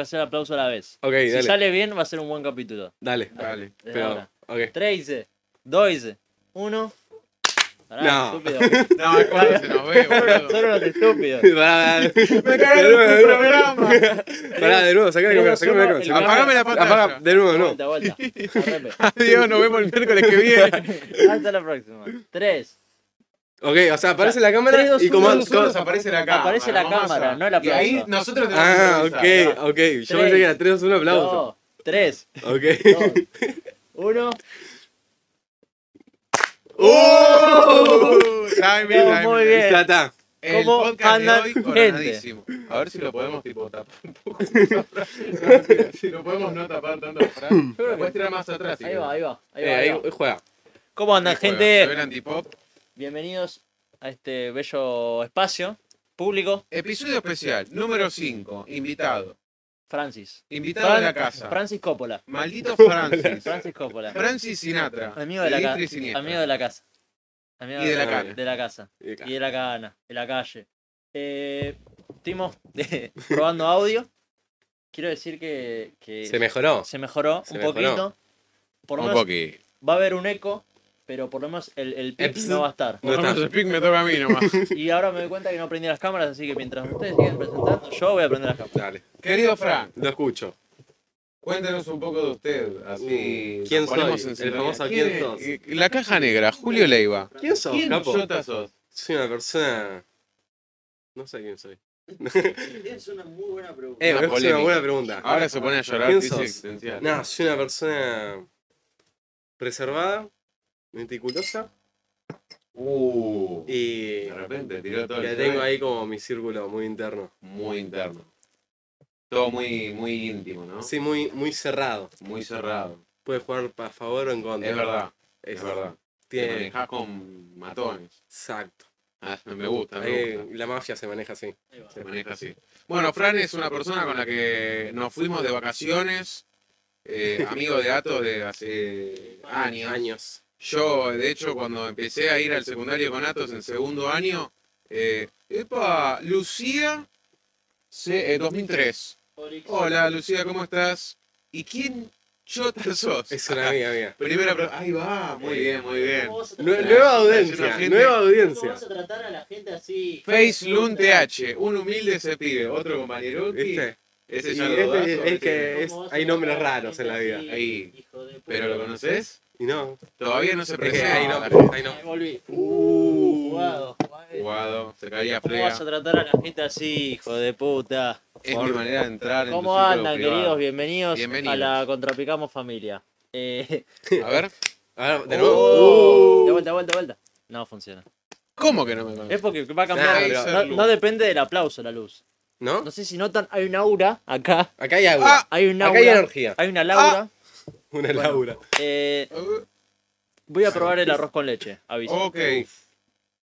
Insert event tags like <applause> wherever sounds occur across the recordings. hacer aplauso a la vez. Ok, si dale. sale bien, va a ser un buen capítulo. Dale. Dale. Desde Pero, ahora. ok. <laughs> 13, 12, 1. Pará, No. estúpido. No, es <laughs> cuando se nos ve, boludo. Solo los estúpidos. Pará, Me de cagaron nuevo, el de nuevo. programa. Pará, de nuevo, sacá el micrófono, sacá el micrófono, sacá el micrófono. Apagame la pantalla. Apaga, de nuevo, no. Vuelta, vuelta. Arrepe. Adiós, nos vemos el miércoles que <laughs> viene. Hasta la próxima. 3. Ok, o sea, aparece la cámara tres, dos, y como... uno, como- Nosotros aparece la cámara. Aparece la mamasa. cámara, no el Y ahí aplauso. nosotros tenemos Ah, que improvisar. ok, ok. Yo pensé que era 3, 2, 1, aplauso. 3, <laughs> Ok. 2, 1. ¡Uh! Timing, No, timing. muy bien. Ya está. El ¿Cómo podcast andan de hoy gente? coronadísimo. A ver si lo podemos tipo tapar un poco más atrás. <laughs> si lo podemos no tapar tanto atrás. Lo puedes tirar más atrás. si Ahí querés. va, ahí va. Ahí Eh, va, ahí va. ahí juega. ¿Cómo andan, Ahí juega. Se ve gente? el antipop. Bienvenidos a este bello espacio público. Episodio especial, número 5. Invitado. Francis. Invitado de la casa. Francis Coppola. Maldito Francis. Francis Coppola. Francis Sinatra. Amigo de la Diestra y casa. siniestra. Amigo de la casa. Amigo Y de la cana. De la casa. Y acá. Y de la cana. De la calle. Eh, estuvimos <laughs> eh, probando audio. Quiero decir que, que Se mejoró. se mejoró se un mejoró. poquito. Por lo Un menos poquito. va a haber un eco, pero por lo menos el, el pip Eps. no va a <laughs> estar. No está. el pic me toca a mí nomás. Y ahora me doy cuenta que no prendí las cámaras, así que mientras ustedes siguen presentando, yo voy a prender las cámaras. Dale, <laughs> Querido Frank, lo escucho. cuéntenos un poco de usted. Así Uh, ¿quién nos ponemos soy? en El sintonía. famoso ¿Quién ¿quién es? sos? Eh, La caja negra, Julio Leiva. ¿Quién sos, ¿Quién capo? Jota sos? Soy una persona. No sé quién soy. Es una muy buena pregunta. Eh, Una es una polémica. buena pregunta. Ahora se pone a llorar ¿Quién crisis sos? existencial. No, soy una persona. reservada, meticulosa Uh, y. de repente tiró todo que el tengo tema. ahí como mi círculo muy interno. muy interno. Todo muy, muy íntimo, ¿no? Sí, muy, muy cerrado. Muy cerrado. Puede jugar a favor o en contra. Es verdad, es Eso. verdad. Te Tiene- manejás con matones. Exacto. Ah, me gusta, me Ahí gusta. la mafia se maneja así. Se maneja así. Bueno, Fran es una persona con la que nos fuimos de vacaciones, eh, <laughs> amigo de Atos de hace años. <laughs> Años. Yo, de hecho, cuando empecé a ir al secundario con Atos en segundo año, eh, epa, Lucía, se- eh, 2003. Hola, Lucía, ¿cómo estás? ¿Y quién chota sos? Es una amiga mía. <laughs> Primera pre- Ahí va, muy bien, muy bien. Nue- nueva Es una audiencia, gente- nueva audiencia. vas a tratar a la gente así? Face Loon TH, un humilde se pibe, otro compañero. ¿Viste? Ese Y ya lo este- dudás, es, o es ese que es- hay nombres raros en la vida. Ahí. Hijo de puta. ¿Pero lo conoces? Y no. Todavía no se Es que presenta. hay nombres, hay Me nombres. volví. Uh. Jugado. Jugado, se caía ¿Cómo frea. vas a tratar a la gente así, hijo de puta? Es mi manera de entrar en tu ¿Cómo círculo andan, privado. queridos? Bienvenidos, Bienvenidos. a la Contrapicamos Familia. Eh, <laughs> A ver, A ver, de oh, Uh. nuevo. De vuelta, vuelta, vuelta. No funciona. ¿cómo que no me conoces? Es porque va a cambiar. Nah, la- pero- no, no depende del aplauso la luz. ¿No? No sé si notan, hay una aura acá. Acá hay agua. Ah, Hay una Acá aura. hay energía. hay una laura. Una Bueno. Laura. Eh, voy a probar el arroz con leche, aviso. Ok.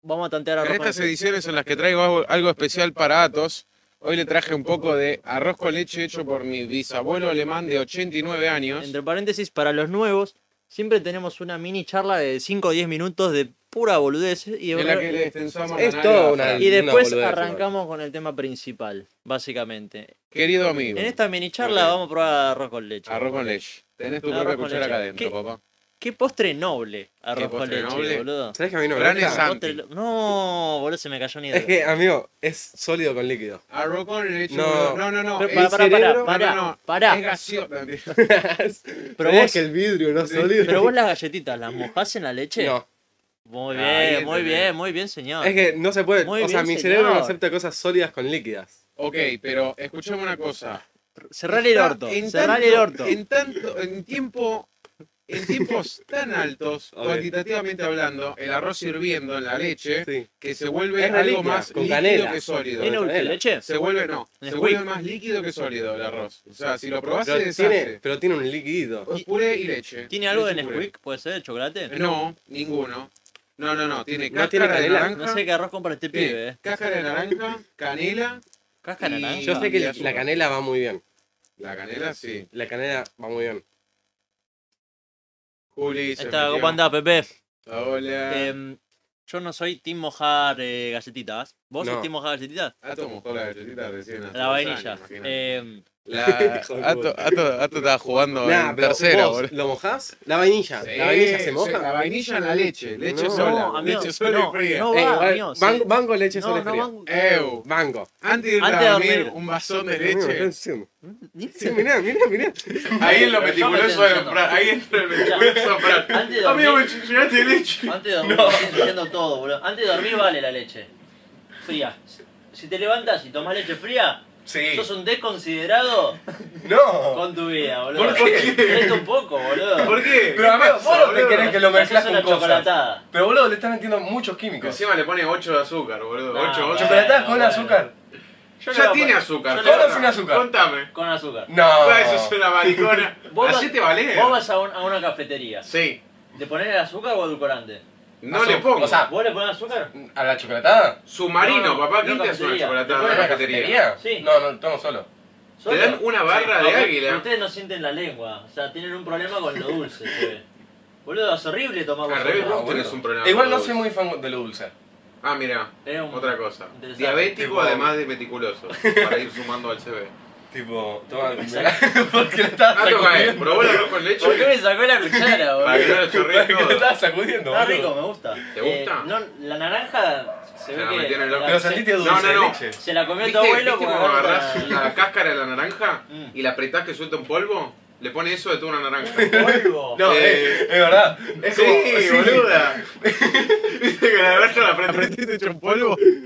Vamos a tantear En arroz con estas leche. ediciones en las que traigo algo- algo especial para Atos, hoy le traje un poco de arroz con leche hecho por mi bisabuelo alemán de 89 años. Entre paréntesis, para los nuevos, siempre tenemos una mini charla de 5 o 10 minutos de pura boludez. Y, En la que le destensamos la Es nalga todo a una- Fran. y después Una boludez, arrancamos con el tema principal, básicamente. Querido amigo, En este esta mini charla Ok. vamos a probar arroz con leche. arroz con leche. Tenés tu Arroz propia con cuchara leche. acá adentro, ¿Qué? papá. Qué postre noble, arroz con postre leche, noble? boludo. ¿Sabes que a mí no me Gran gusta? esa- Postre- No, boludo, se me cayó ni idea. Es que, amigo, es sólido con <laughs> líquido. Arroz con leche. No. boludo. no, no, no. Pero el pará, pará, pará, cerebro- pará, no, no, no, pará. Es gaseoso. Pero ¿Sabías vos- que el vidrio no es Sí. sólido? Pero vos las galletitas, ¿las mojás en la leche? No. Muy bien, Ahí muy entendés. bien, muy bien, señor. Es que no se puede. Muy o sea, bien, mi cerebro no señor. acepta cosas sólidas con líquidas. Ok, pero escuchame una cosa. Cerrale el Está orto, en cerrale el tanto- orto. En tanto, en tiempo, en tiempos tan altos, A ver. cuantitativamente hablando, el arroz hirviendo en la leche, Sí. que se vuelve Es algo reliquia, más con líquido canela. que sólido. ¿Tiene dulce de Mortadela. leche? Se vuelve, no, Es se vuelve weak. más líquido que sólido el arroz. O sea, si lo probás se Pero deshace. tiene, pero tiene un líquido. Es puré y leche. ¿Tiene algo de Leche puré. Nesquik? ¿Puede ser? ¿De chocolate? No, ninguno. No, no, no. Tiene No cáscara tiene de canela. naranja. No sé qué arroz compra este tiene pibe, eh. Cáscara de naranja, canela. Cáscara Y- naranja. Yo sé que y azúcar. la canela va muy bien. La canela, sí. La canela va muy bien. Juli se Esta, metió. Ah. ¿Cómo andás, Pepe? Hola. Em, yo no soy team mojar eh, galletitas. ¿Vos No. sos Team hoja de galletita? Ato mojó la galletita recién. hace La dos vainilla. <laughs> años, imagínate. Eh, La- Hijo de Ato, puta. Ato, Ato estaba jugando Nah, en pero tercera, vos, boludo. ¿Lo mojás? La vainilla. Sí, ¿La vainilla se sí, La moja? vainilla en la leche, leche No, sola. amigo, leche sola no, y fría. no. Eh, va, igual, mío, sí. Bango, bango leche no, sola no, fría. van- Ew. Bango. Antes de ir a Antes de dormir, dormir. un vasón de No, me leche. estás diciendo. ni- Sí, mirá, mirá, <laughs> mirá. Ahí en lo Pero yo me meticuloso de entiendo. Fran. Ahí en lo meticuloso de Fran. Antes de Amigo, me dormir- chillaste de leche. Antes de dormir, estoy diciendo todo, boludo. Antes de dormir vale la leche. Fría. Si te levantas y tomas leche fría, Sí. sos un desconsiderado No. con tu vida, boludo. ¿Por qué? Presta un poco, boludo. ¿Por qué? Pero además, pasa, vos lo que boludo? querés que lo Haces mezclas una con cosas. chocolatada. Pero boludo, le están metiendo muchos Que químicos. Encima le pone 8 de azúcar, boludo. Nah, 8, 8. bueno. ¿Chocolatadas con azúcar? Yo le Ya voy a tiene poner- azúcar. yo le voy a- Todo sin azúcar. Contame. Con azúcar. No. Ah, Eso es una maricona. <laughs> Vos Así vas- te vale. Vos vas a, un- a una cafetería. Sí. ¿Le ponés el azúcar o edulcorante? No Azúcar. le pongo. O sea, ¿Vos le ponés azúcar? ¿A la chocolatada? Submarino, No, papá. no, ¿Quién te hace una cafetería. chocolatada en Después la de ¿Una cafetería? cafetería? Sí. No, no, tomo solo. Te dan una barra de Ah, pero águila. Ustedes no sienten la lengua. O sea, tienen un problema con lo <laughs> dulce. se ve. Boludo, es horrible tomar Al con revés, soda. vos tenés un problema Ah, Igual con no lo soy muy fan de lo dulce. Ah, mira. Es un- <laughs> Otra cosa. Interesante. Diabético Tipo- además de meticuloso. Para ir sumando <laughs> al CV. Tipo, toma, <laughs> ¿por qué le estabas Ah, toma, eh. sacudiendo? Probó el arroz con ¿Por qué leche. me sacó la cuchara, Para que no boludo? <laughs> ¿Por lo qué chorree le todo. estabas sacudiendo? Está boludo? rico, me gusta. ¿Te gusta? Eh, no, la naranja se, Se ve la que metió en el la- orto. Pero se- sentiste dulce No, no, no. de leche. Se la comió tu ¿Viste, abuelo porque ¿viste cómo ahora agarrás la- la cáscara de la naranja Mm. y la apretás que suelta un polvo? Le pone eso de toda una <laughs> naranja. <laughs> Polvo. No, Eh, eh, es verdad. Es sí, <laughs> como- boluda. <laughs> Viste que la naranja la apretás. ¿Aprendiste hecho un polvo? Ah,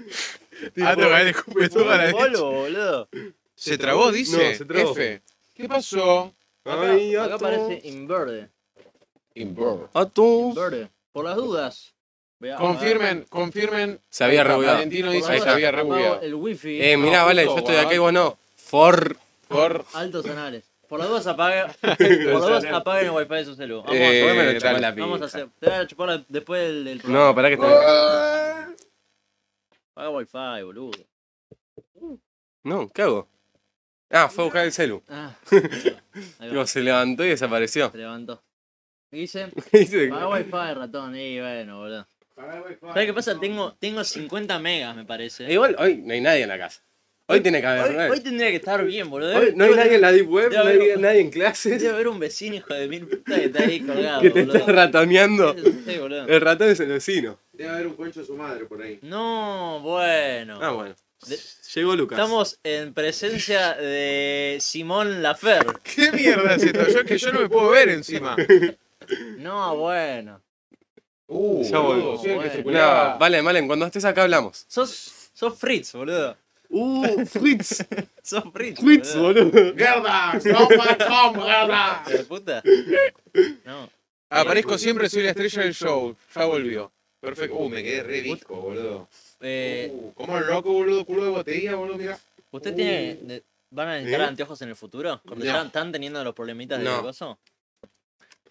Ah, te te va el toda la Polvo, boludo. Se trabó, dice. No, se trabó. F. ¿Qué pasó? Ay, Acá, acá Ato. aparece en verde. Ato. Verde. Por las dudas. Veamos, Confirmen, confirmen. Se había rebugueado. Valentino a ver. Por las dice que se dudas, había apago rebugueado. El wifi. Eh, mirá, Ah, vale, justo, yo estoy acá y guau. vos no. For. Por. Altos anales. Por las dudas <laughs> apaga. Por las dudas apaguen el wifi de su celu. Vamos, Eh, a- Vos me lo dale. chupás la vamos a pija. hacer. Te voy a chupar la- después del, del programa. No, pará que tengo. Apaga wifi, boludo. No, ¿qué hago? Ah, fue a buscar el celu. Ah, ahí va, Tipo, se levantó y desapareció. <laughs> se levantó. ¿Qué dice? Dice- Ah, Apaga wifi, ratón. Y bueno, boludo. ¿Sabes qué pasa? Tengo, tengo 50 megas, me parece. Igual hoy no hay nadie en la casa. Hoy tiene que haber Hoy, nadie. hoy tendría que estar bien, boludo. Hoy no hay nadie en la Deep Web, Debe no haber- hay nadie en <laughs> Debe clases haber un vecino, hijo de mil puta, que está ahí colgado. que te boludo. está Eh. ratoneando. <laughs> Sí, boludo. El ratón es el vecino. Debe haber un concho de su madre por ahí. No, bueno. Ah, bueno. De- Llegó Lucas. Estamos en presencia de Simón Lafer. <laughs> ¿Qué mierda es esto? Yo, que yo no me puedo ver encima. No, bueno. Uh, Ya volvemos. sí, que No, se No, curaba. vale, Malen, cuando estés acá hablamos. Sos, sos Fritz, boludo. <laughs> Uh, Fritz. Sos Fritz. Fritz, boludo. boludo. ¡Gerda! ¡No Tom, Gerda! Hijo de puta. No. Aparezco siempre, soy la estrella del show. Ya volvió. Perfecto. Uh, me quedé re disco, boludo. Eh, Uh, como el loco, boludo, culo de botella, boludo, mira. ¿Usted tiene. de- ¿Van a necesitar anteojos en el futuro? Cuando No. ya están teniendo los problemitas de ¿Eh? No. gozo.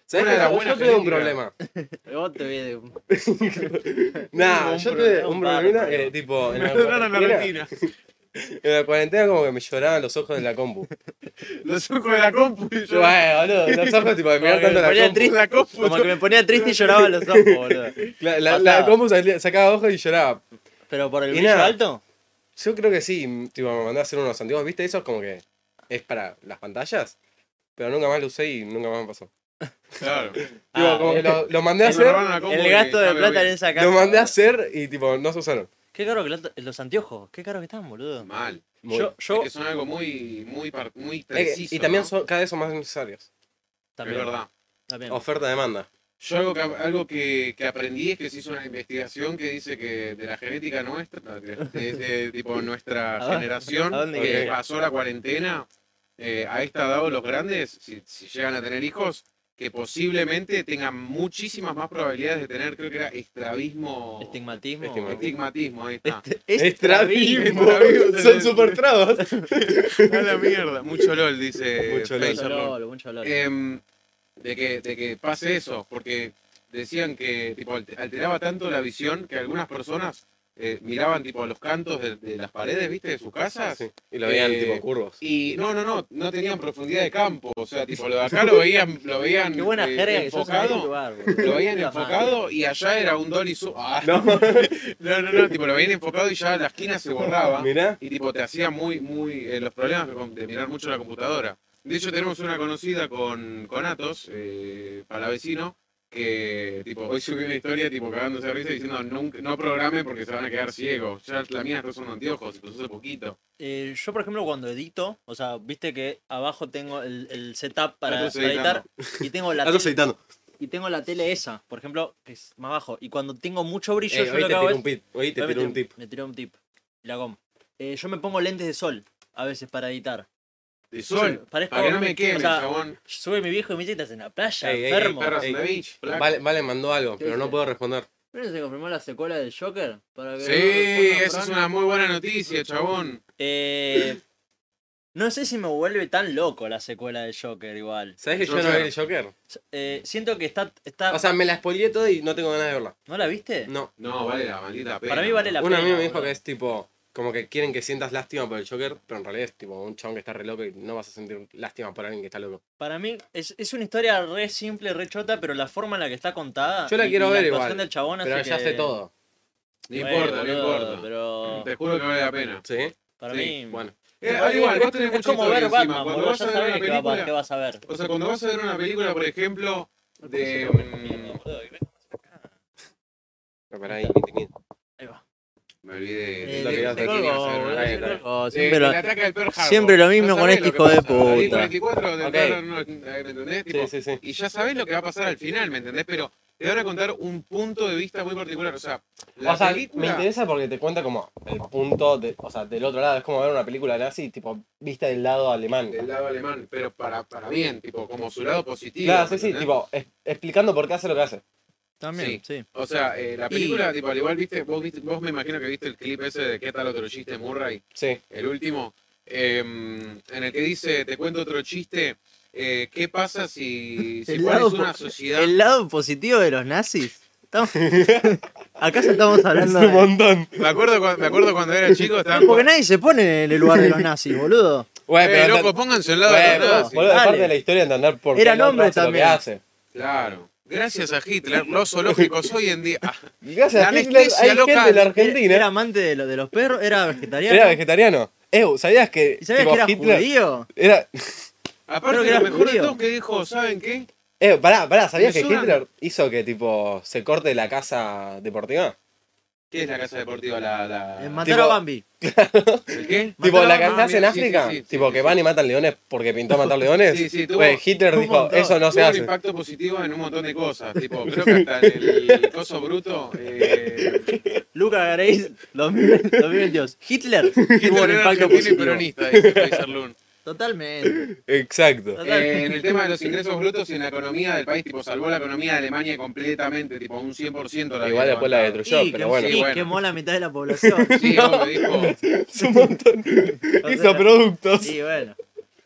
¿Sabes Una de que las yo buenas tuve un genéticas. problema? Vos te vi de- Nah, Un yo problema, tuve un un par, problema, pero- eh, tipo, <laughs> en la Perdonan la cuarentena- <laughs> retina. en la cuarentena como que me lloraban los ojos de <laughs> la compu. Los ojos de la compu y Yo, yo. eh, boludo, los ojos tipo de Como mirar que me tanto la ponía compu. triste. La compu. Como que me ponía triste y lloraba los ojos, boludo. La, la, Pasaba. la compu salía- sacaba ojos y lloraba. Pero por el Y brillo nada. alto. Yo creo que sí, m- tipo, me mandé a hacer unos antiguos, ¿viste? Esos como que es para las pantallas, pero nunca más lo usé y nunca más me pasó. Claro. Tipo, Ah, como que eh, lo, lo mandé a Me robaron hacer, la compu El y gasto ya de me plata voy. en esa casa. lo mandé a hacer y tipo, no se usaron. Qué caro que la- los anteojos. Qué caro que están, boludo. Mal. Muy- Yo, yo Es que son algo muy, muy, par- muy Es que- preciso. y también ¿no? son, cada vez son más necesarios. también. Es verdad. también. Oferta-demanda. Yo algo, que, algo que, que aprendí es que se hizo una investigación que dice que de la genética nuestra, de, de- de, tipo nuestra ¿A dónde- generación, a dónde que queda? pasó la cuarentena, eh, a esta edad los grandes, si, si llegan a tener hijos, que posiblemente tengan muchísimas más probabilidades de tener, creo que era estrabismo, Estigmatismo. Estigmatismo. estigmatismo, ahí está. Este- Estrabismo. Estrabismo. <laughs> Son super trabas. A la mierda, mucho LOL, dice Mucho LOL. Mucho Phaser LOL. olor, mucho olor. Eh, Em, de, que, de que pase eso, porque decían que tipo, alter- alteraba tanto la visión que algunas personas eh, miraban tipo los cantos de, de las paredes, ¿viste? De sus casas. Sí. Y lo veían Eh, tipo curvos. Y no, no, no, no tenían profundidad de campo. O sea, tipo, lo de acá lo veían, lo veían <laughs> Qué buena eh, jerga que sos en este enfocado. lugar, boludo. Lo <laughs> veían Puta madre. enfocado y allá era un Dolly Su. Ah, <laughs> no. No, <laughs> no, no, no, tipo, lo veían enfocado y ya la esquina se borraba. mirá. Y tipo, te hacía muy, muy. eh, los problemas con- de mirar mucho la computadora. De hecho, tenemos una conocida con, con Atos, eh, para vecino, que tipo, hoy subió una historia tipo cagándose de risa diciendo "Nunca- no programen porque se van a quedar ciegos. Ya la mía está usando anteojos, incluso hace poquito. Eh, yo, por ejemplo, cuando edito, o sea, viste que abajo tengo el, el setup para, Datos para editar editando. y tengo, la Ah, estás tele, editando. y tengo la tele esa, por ejemplo, que es más abajo. Y cuando tengo mucho brillo, Ey, yo hoy lo te que hago tiro es- Eh, un pit. Hoy te Hoy me tiro un tip. Me tiró un tip. Y la gom. Eh, yo me pongo lentes de sol a veces para editar. De sol, Yo parezco- para que no me queme, o sea, chabón. Sube mi viejo y me dice que estás en la playa, Ey, ey, ey, enfermo. Perras en Ey. la beach. flaco. Vale, vale, mandó algo, ¿Qué pero no dice? puedo responder. ¿Pero se confirmó la secuela del Joker? Para que Sí, no lo esa pongan, es Fran? una muy buena noticia, chabón. Eh, no sé si me vuelve tan loco la secuela del Joker igual. ¿Sabes que yo, Yo no sé. vi el Joker? Eh, siento que está... está O sea, me la spoileé todo y no tengo ganas de verla. ¿No la viste? No. No, vale la maldita pena. Para mí vale la Un amigo pena, me dijo boludo. que es tipo, como que quieren que sientas lástima por el Joker, pero en realidad es tipo un chabón que está re loco y no vas a sentir lástima por alguien que está loco. Para mí es, es una historia re simple, re chota, pero la forma en la que está contada... Yo la y- quiero y ver actuación igual, del chabón Pero hace ya que- sé todo. No Bueno, importa, boludo, no importa. Pero Te juro que vale la pena. ¿Sí? para Sí, mí... Bueno. Eh, al igual, vos tenés es mucha como ver historia Batman, encima. Cuando boludo, vas ya a ver una sabes que va- película, qué vas a ver. o sea, cuando vas a ver una película, por ejemplo, de... mm, Pero pará, ahí, ahí, Ahí va. Me olvidé. Eh, lo que ibas a tengo decir, algo, ibas a hacer una boludo, ahí, tengo ahí. algo. Eh, Siempre el lo- ataque del Pearl Harbor. siempre lo No mismo con sabés este lo que hijo de pasa. La vi puta. 44 de Ok. Pearl, no, eh, ¿me entendés? Tipo, Sí, sí, sí. Y ya sabés lo que va a pasar al final, ¿me entendés? Pero te van a contar un punto de vista muy particular. O sea, la O sea, me película- interesa porque te cuenta como el punto, de, o sea, del otro lado. Es como ver una película nazi, tipo, vista del lado alemán. del lado alemán, pero para, para bien, tipo, como su lado positivo. Claro, sí, sí, ¿entendés? tipo, es- explicando por qué hace lo que hace. También, Sí. sí. O sea, eh, la película, tipo, al igual viste vos, viste, vos me imagino que viste el clip ese de qué tal otro chiste Murray, Sí. el último, eh, en el que dice, te cuento otro chiste, eh, ¿qué <laughs> pasa si, si El pones lado una po- sociedad? El lado positivo de los nazis. <laughs> Estamos- ¿Acaso estamos hablando de- montón. Me, acuerdo cuando, me acuerdo cuando era <laughs> chico, estaba... Porque nadie se pone en el lugar de los <laughs> nazis, boludo. Güey, Eh, pero. loco, ent- pónganse al lado de güey, los boludo, nazis. boludo, es Dale. parte de la historia entender por qué Eran el otro hombres hace lo que también. hace. Claro. Gracias a <laughs> Hitler, los zoológicos hoy en día... Ah, Y gracias La a Hitler, anestesia hay gente local. de la Era, Argentina. era amante de, lo- de los perros, era vegetariano. Era vegetariano. Eu, ¿sabías que, ¿Y sabías tipo, que era Hitler judío? era- <laughs> Aparte, que lo era mejor de judío. todo que dijo, ¿saben qué? Eh, pará, pará, ¿sabías Me que suena. Hitler hizo que tipo se corte la casa deportiva? ¿Qué es la casa deportiva? La, la... Eh, Matar Tipo- a Bambi. ¿El qué? Tipo, la que Ah, se hace en mira, sí, sí, África, sí, sí, tipo sí, que sí. van y matan leones porque pintó matar leones. <laughs> Sí, sí, tuvo- Güey, Hitler tuvo un dijo, montón. eso no se Tuvo un hace. impacto positivo en un montón de cosas. Tipo, creo que hasta en el coso bruto. Eh, Luca Gareis, 2000 2022. Hitler tuvo <laughs> Hitler un era impacto argentino y positivo. peronista, dice Kaiser Lund. Totalmente. Exacto. totalmente. Eh, en el tema de los ingresos brutos y en la economía del país, tipo, salvó la economía de Alemania completamente, tipo, un 100% la había Igual después la levantado. destruyó, y pero que- bueno. y sí, bueno. quemó la mitad de la población. <laughs> Sí, <laughs> obvio, dijo. Es un montón. O Hizo sea, productos. Sí, bueno.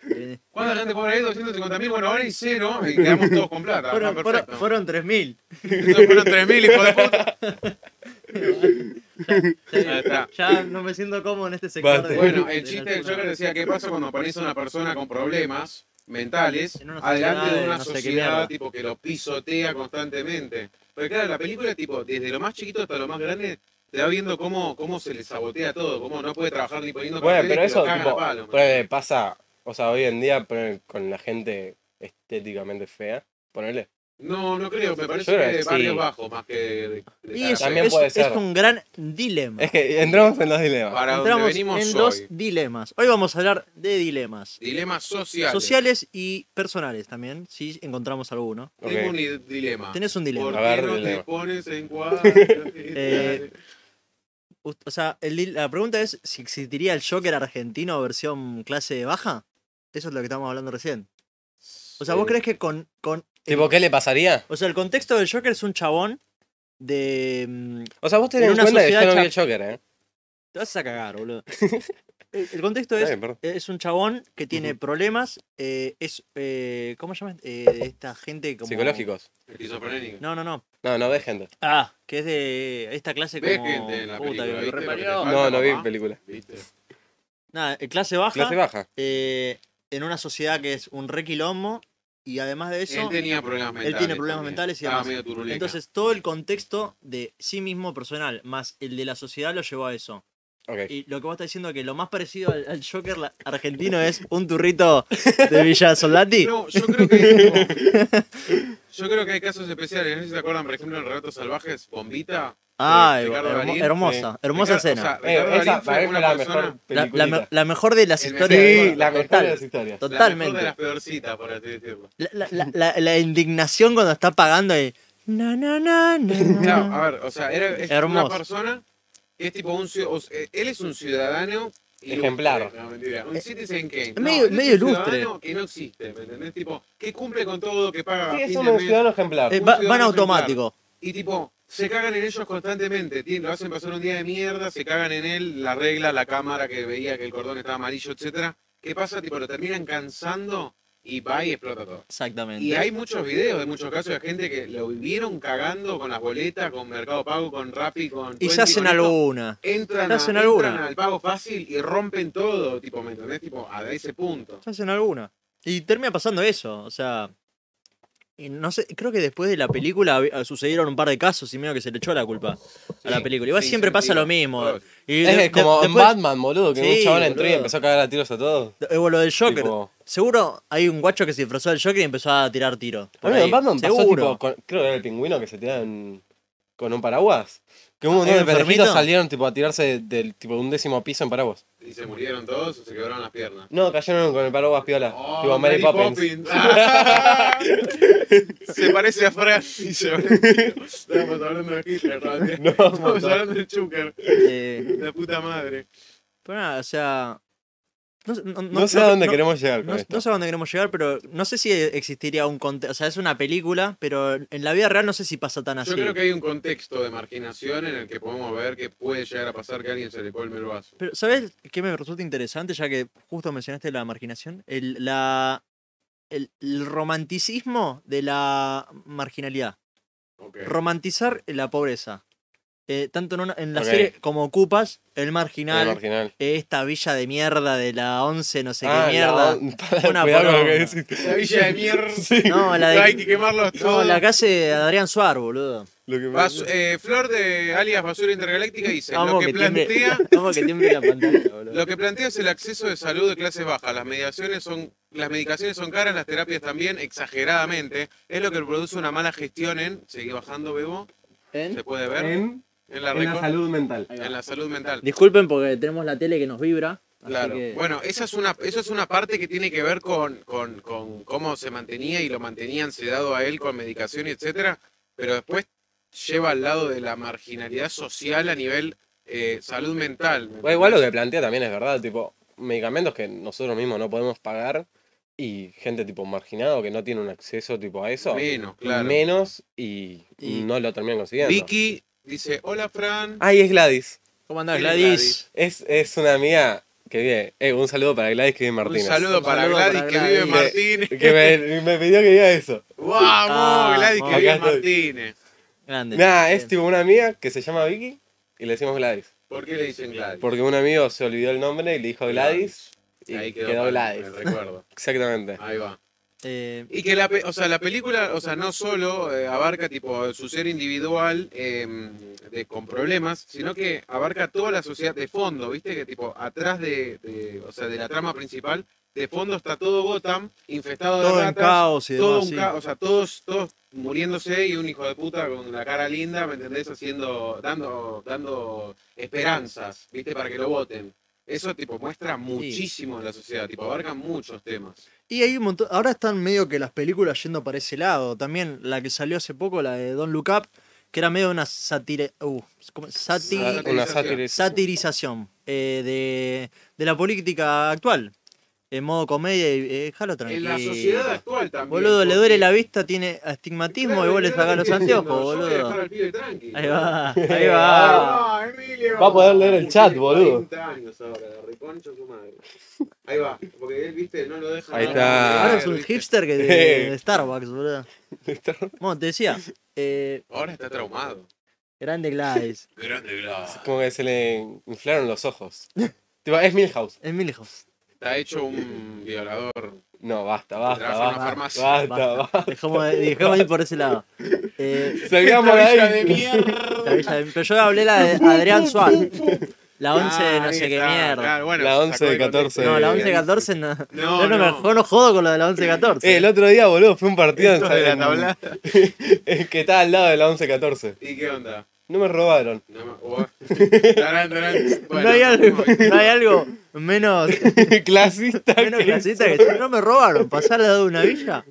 Eh, ¿Cuánta gente cobra ahí? 250 mil. Bueno, ahora hay cero y quedamos todos con plata. Fueron, Ah, fueron, perfecto. fueron 3.000. Entonces fueron 3 mil, hijo de puta. <laughs> Ahí Ya, está. ya no me siento cómodo en este sector. Basta. de- <laughs> Bueno, de el la chiste del altura. Joker decía: ¿Qué pasa cuando aparece una persona con problemas mentales En una sociedad adelante de de una no sé qué mierda. sociedad tipo que lo pisotea constantemente? Porque, claro, la película, tipo, desde lo más chiquito hasta lo más grande, te va viendo cómo, cómo se le sabotea todo, cómo no puede trabajar ni poniendo Bueno, papeles, pero que lo eso cagan a tipo, palo, man. ponele, pasa, o sea, hoy en día ponele, con la gente estéticamente fea, ponele. No, no creo, me parece Yo que creo de que sí. barrios bajos más que de, de- de Y cara es, También es- puede es ser. un gran dilema. Es que entramos en los dilemas. Para donde Entramos en venimos hoy, dos dilemas. Hoy vamos a hablar de dilemas. dilemas sociales. Sociales y personales también, si encontramos alguno. Ok. Tengo un i- dilema. Tenés un Ah, ¿Por dilema. A ver, qué no dilema. te pones en cuatro? <laughs> Eh, Ust- O sea, el dil- la pregunta es si existiría el Joker argentino versión clase baja. Eso es lo que estábamos hablando recién. O sea, ¿vos Sí. crees que con, con... Tipo, ¿qué le pasaría? O sea, el contexto del Joker es un chabón de... mm, O sea, vos tenés En en una cuenta que yo sociedad no vi el Joker, ¿eh? <laughs> Te vas a cagar, boludo. eh, el contexto Está es bien, perdón. Es un chabón que tiene problemas. eh, es. eh, ¿Cómo se llama? Eh, esta gente como. Psicológicos. Esquizofrénico. No, no, no. No, no ves gente. Ah, que es de esta clase como. Ves gente en la Puta, película, que lo ¿viste? Lo que te reparió. falta, No, no vi papá. película. ¿Viste? Nada, eh, clase baja. Clase baja. eh, en una sociedad que es un requilombo. Y además de eso. Él tenía problemas mentales. tiene problemas mentales y Estaba demás. medio turuleca. Entonces todo el contexto de sí mismo personal más el de la sociedad lo llevó a eso. Ok. Eh, Y lo que vos estás diciendo es que lo más parecido al, al Joker la- argentino es un turrito de Villa <laughs> Soldati. No, yo creo que. <laughs> yo creo que hay casos especiales. No sé si se acuerdan, por ejemplo, en Relatos Salvajes, Bombita. Ay, Ricardo Ah, hermo- Darín, hermosa, hermosa Ricardo- escena. o sea, Eh, Ricardo esa Darín para mí una fue la persona- mejor La, la me- película. la mejor de las En historias. Sí, mejor- la la mejor de las historias. la mejor Totalmente. de las peorcitas, por así decirlo. La, la- la- la- la indignación cuando está pagando y. Na, na, <laughs> na, na, na. Claro, a ver, o sea, era es Hermoso. una persona que es tipo un ciu- o sea, él es un ciudadano ilustre, Ejemplar. No, mentira. Eh, Un citizen Kane. es medio- él medio un ilustre. ciudadano Que no existe, ¿me entendés? Tipo, que cumple con todo, que paga. Sí, a es fin un de mes, ciudadano ejemplar. Eh, un va- van ciudadano automático. Y tipo, se cagan en ellos constantemente. tien- Lo hacen pasar un día de mierda, se cagan en él, la regla, la cámara que veía que el cordón estaba amarillo, etcétera. ¿Qué pasa? Tipo, lo terminan cansando y va y explota todo. Exactamente. Y hay muchos videos de muchos casos de gente que lo vivieron cagando con las boletas, con Mercado Pago, con Rappi, con. Y Twenty, ya hacen con esto. alguna. Entran, ya a- hacen entran alguna. al pago fácil y rompen todo, tipo, ¿me entendés? Tipo, a ese punto. Ya hacen alguna. Y termina pasando eso. O sea. y no sé, creo que después de la película hab- sucedieron un par de casos y medio que se le echó la culpa a la Sí, película. Igual sí, siempre sí, pasa sí. lo mismo. Claro. Y Es de- de- como en después- Batman, boludo, que Sí, un chabón entró y boludo. empezó a cagar a tiros a todos. eh, o lo del Joker. Tipo- Seguro hay un guacho que se disfrazó del Joker y empezó a tirar tiros. por Boludo, ahí. en Batman pasó Seguro. tipo, con- creo que era el pingüino que se tiraron con un paraguas. Que un montón ¿Era de pendejitos enfermito? salieron tipo a tirarse del tipo de un décimo piso en paraguas. Y se murieron todos o se quebraron las piernas. No, cayeron con el paraguas piola. Oh, tipo Mary, Mary Poppins. Poppins. <laughs> Ah. se parece a Fran y se Estamos hablando de Hitler, ¿no? Estamos <laughs> no. hablando de Chucker, Eh, la puta madre. Pero nada, o sea. No, sé- no- No, no- sé a no- dónde no- queremos llegar con No, esto. no sé a dónde queremos llegar, pero no sé si existiría un contexto. O sea, es una película, pero en la vida real no sé si pasa tan así. Yo creo que hay un contexto de marginación en el que podemos ver que puede llegar a pasar que a alguien se le colme el vaso. Pero, ¿sabes qué me resulta interesante? Ya que justo mencionaste la marginación. El, la, el, el romanticismo de la marginalidad. Ok. <laughs> Romantizar la pobreza. Eh, tanto en, una- en la Ok. serie como Ocupas, el Era marginal, marginal. eh, esta villa de mierda de la 11, no sé Ah, qué mierda. <laughs> la- <laughs> para- Una cuidado con lo que poronga. decís. <laughs> La villa de mierda. Sí, No, la de- Hay que quemarlos No, todos. la casa de Adrián Suar, boludo. lo que me- Basu- eh, Flor de alias Basura Intergaláctica dice, lo Vamos que, que, tiemble- plantea, <laughs> vamos que tiemble la <laughs> pantalla, boludo. lo que plantea es el acceso de salud de clase baja. Las mediaciones son, las medicaciones son caras, las terapias también, exageradamente. Es lo que produce una mala gestión en, sigue bajando, Bebo, ¿Ven? se puede ver, en, En, la, en la reco- salud mental. en la salud mental. Disculpen porque tenemos la tele que nos vibra. así Claro. que- Bueno, esa es una, eso es una parte que tiene que ver con, con, con cómo se mantenía y lo mantenían sedado a él con medicación y etcétera, pero después lleva al lado de la marginalidad social a nivel eh, salud mental. Bueno, igual lo que plantea también es verdad, tipo, medicamentos que nosotros mismos no podemos pagar y gente tipo marginado que no tiene un acceso tipo a eso. Menos, claro. Menos y, Y- no lo terminan consiguiendo. Vicky dice, hola Fran. Ay, es Gladys. ¿Cómo andás, Sí, Gladys? Es, es una amiga que vive. eh, un saludo para Gladys que vive en Martínez. Un saludo Un para saludo Gladys para que vive en Gladys. Martínez. Que me, me pidió que diga <laughs> eso. ¡Vamos! Ah, Gladys que acá vive en estoy. Martínez. Grande. Eh, Nada, Bien. es tipo una amiga que se llama Vicky y le decimos Gladys. ¿Por qué le dicen Gladys? Porque un amigo se olvidó el nombre y le dijo Gladys y Ahí quedó, quedó, para- Gladys. el recuerdo. Exactamente. Ahí va. Eh, Y que la, pe- o sea, la película, o sea, no solo eh, abarca tipo su ser individual eh, de, con problemas, sino que abarca toda la sociedad de fondo, ¿viste? Que tipo, atrás de, de- o sea, de la trama principal, de fondo está todo Gotham, infestado todo de en ratas, caos y demás. todo un sí. ca- o sea, todos, todos muriéndose y un hijo de puta con la cara linda, ¿me entendés? Haciendo, dando, dando esperanzas, ¿viste? Para que lo voten. Eso tipo muestra muchísimo en la sociedad, tipo, abarca muchos temas. Y hay un montón. Ahora están medio que las películas yendo para ese lado. También la que salió hace poco, la de Don't Look Up, que era medio una satire. Uh, ¿cómo es? Sati- <laughs> Ah, Una sátira. satirización eh, de, de la política actual. en modo comedia y eh, déjalo En tranquilo. la sociedad actual también. Boludo, le porque- duele la vista, tiene astigmatismo y vos le Claro, sacás los claro, anteojos, yo voy a dejar boludo. al pibe tranqui. Ahí va, <laughs> ahí va. Ah, Emilio. Va a poder leer el Uy, chat, tiene boludo. 40 años ahora, reconcho su madre. Ahí va, porque él, viste, no lo deja. Ahí no, está. no, Ahora no, es un viste. hipster que de, de Starbucks, boludo. Bueno, te decía, eh, Ahora está traumado. grande Gladys, Grande Blas. Como que se le inflaron los ojos. Tipo, es Milhouse. es Milhouse. Está hecho un violador. No, basta, basta, Trabaja en una basta. farmacia. Basta, Basta. <laughs> basta. Dejamos, de- dejamos de ir por ese lado. Eh, Salgamos de Esta villa ahí. de mierda. la Villa de- pero yo hablé la de Adrián Swan. La 11 de no Ah, sé ahí qué está, mierda. claro, bueno, La se 11 de sacó de 14. contexto. No, la eh, 11-14 no. No, yo no, me- no. yo no jodo con lo de la 11-14. <laughs> Eh, el otro día, boludo, fue un partido en Esto de la en- tabla. <laughs> que estaba al lado de la 11-14. ¿Y qué onda? No me robaron. <laughs> No, me- oh. Tarán, tarán. Bueno, no, hay algo, no, no hay algo menos, Clasista. menos <laughs> que- clasista que decir, no me robaron, pasar al lado de una villa.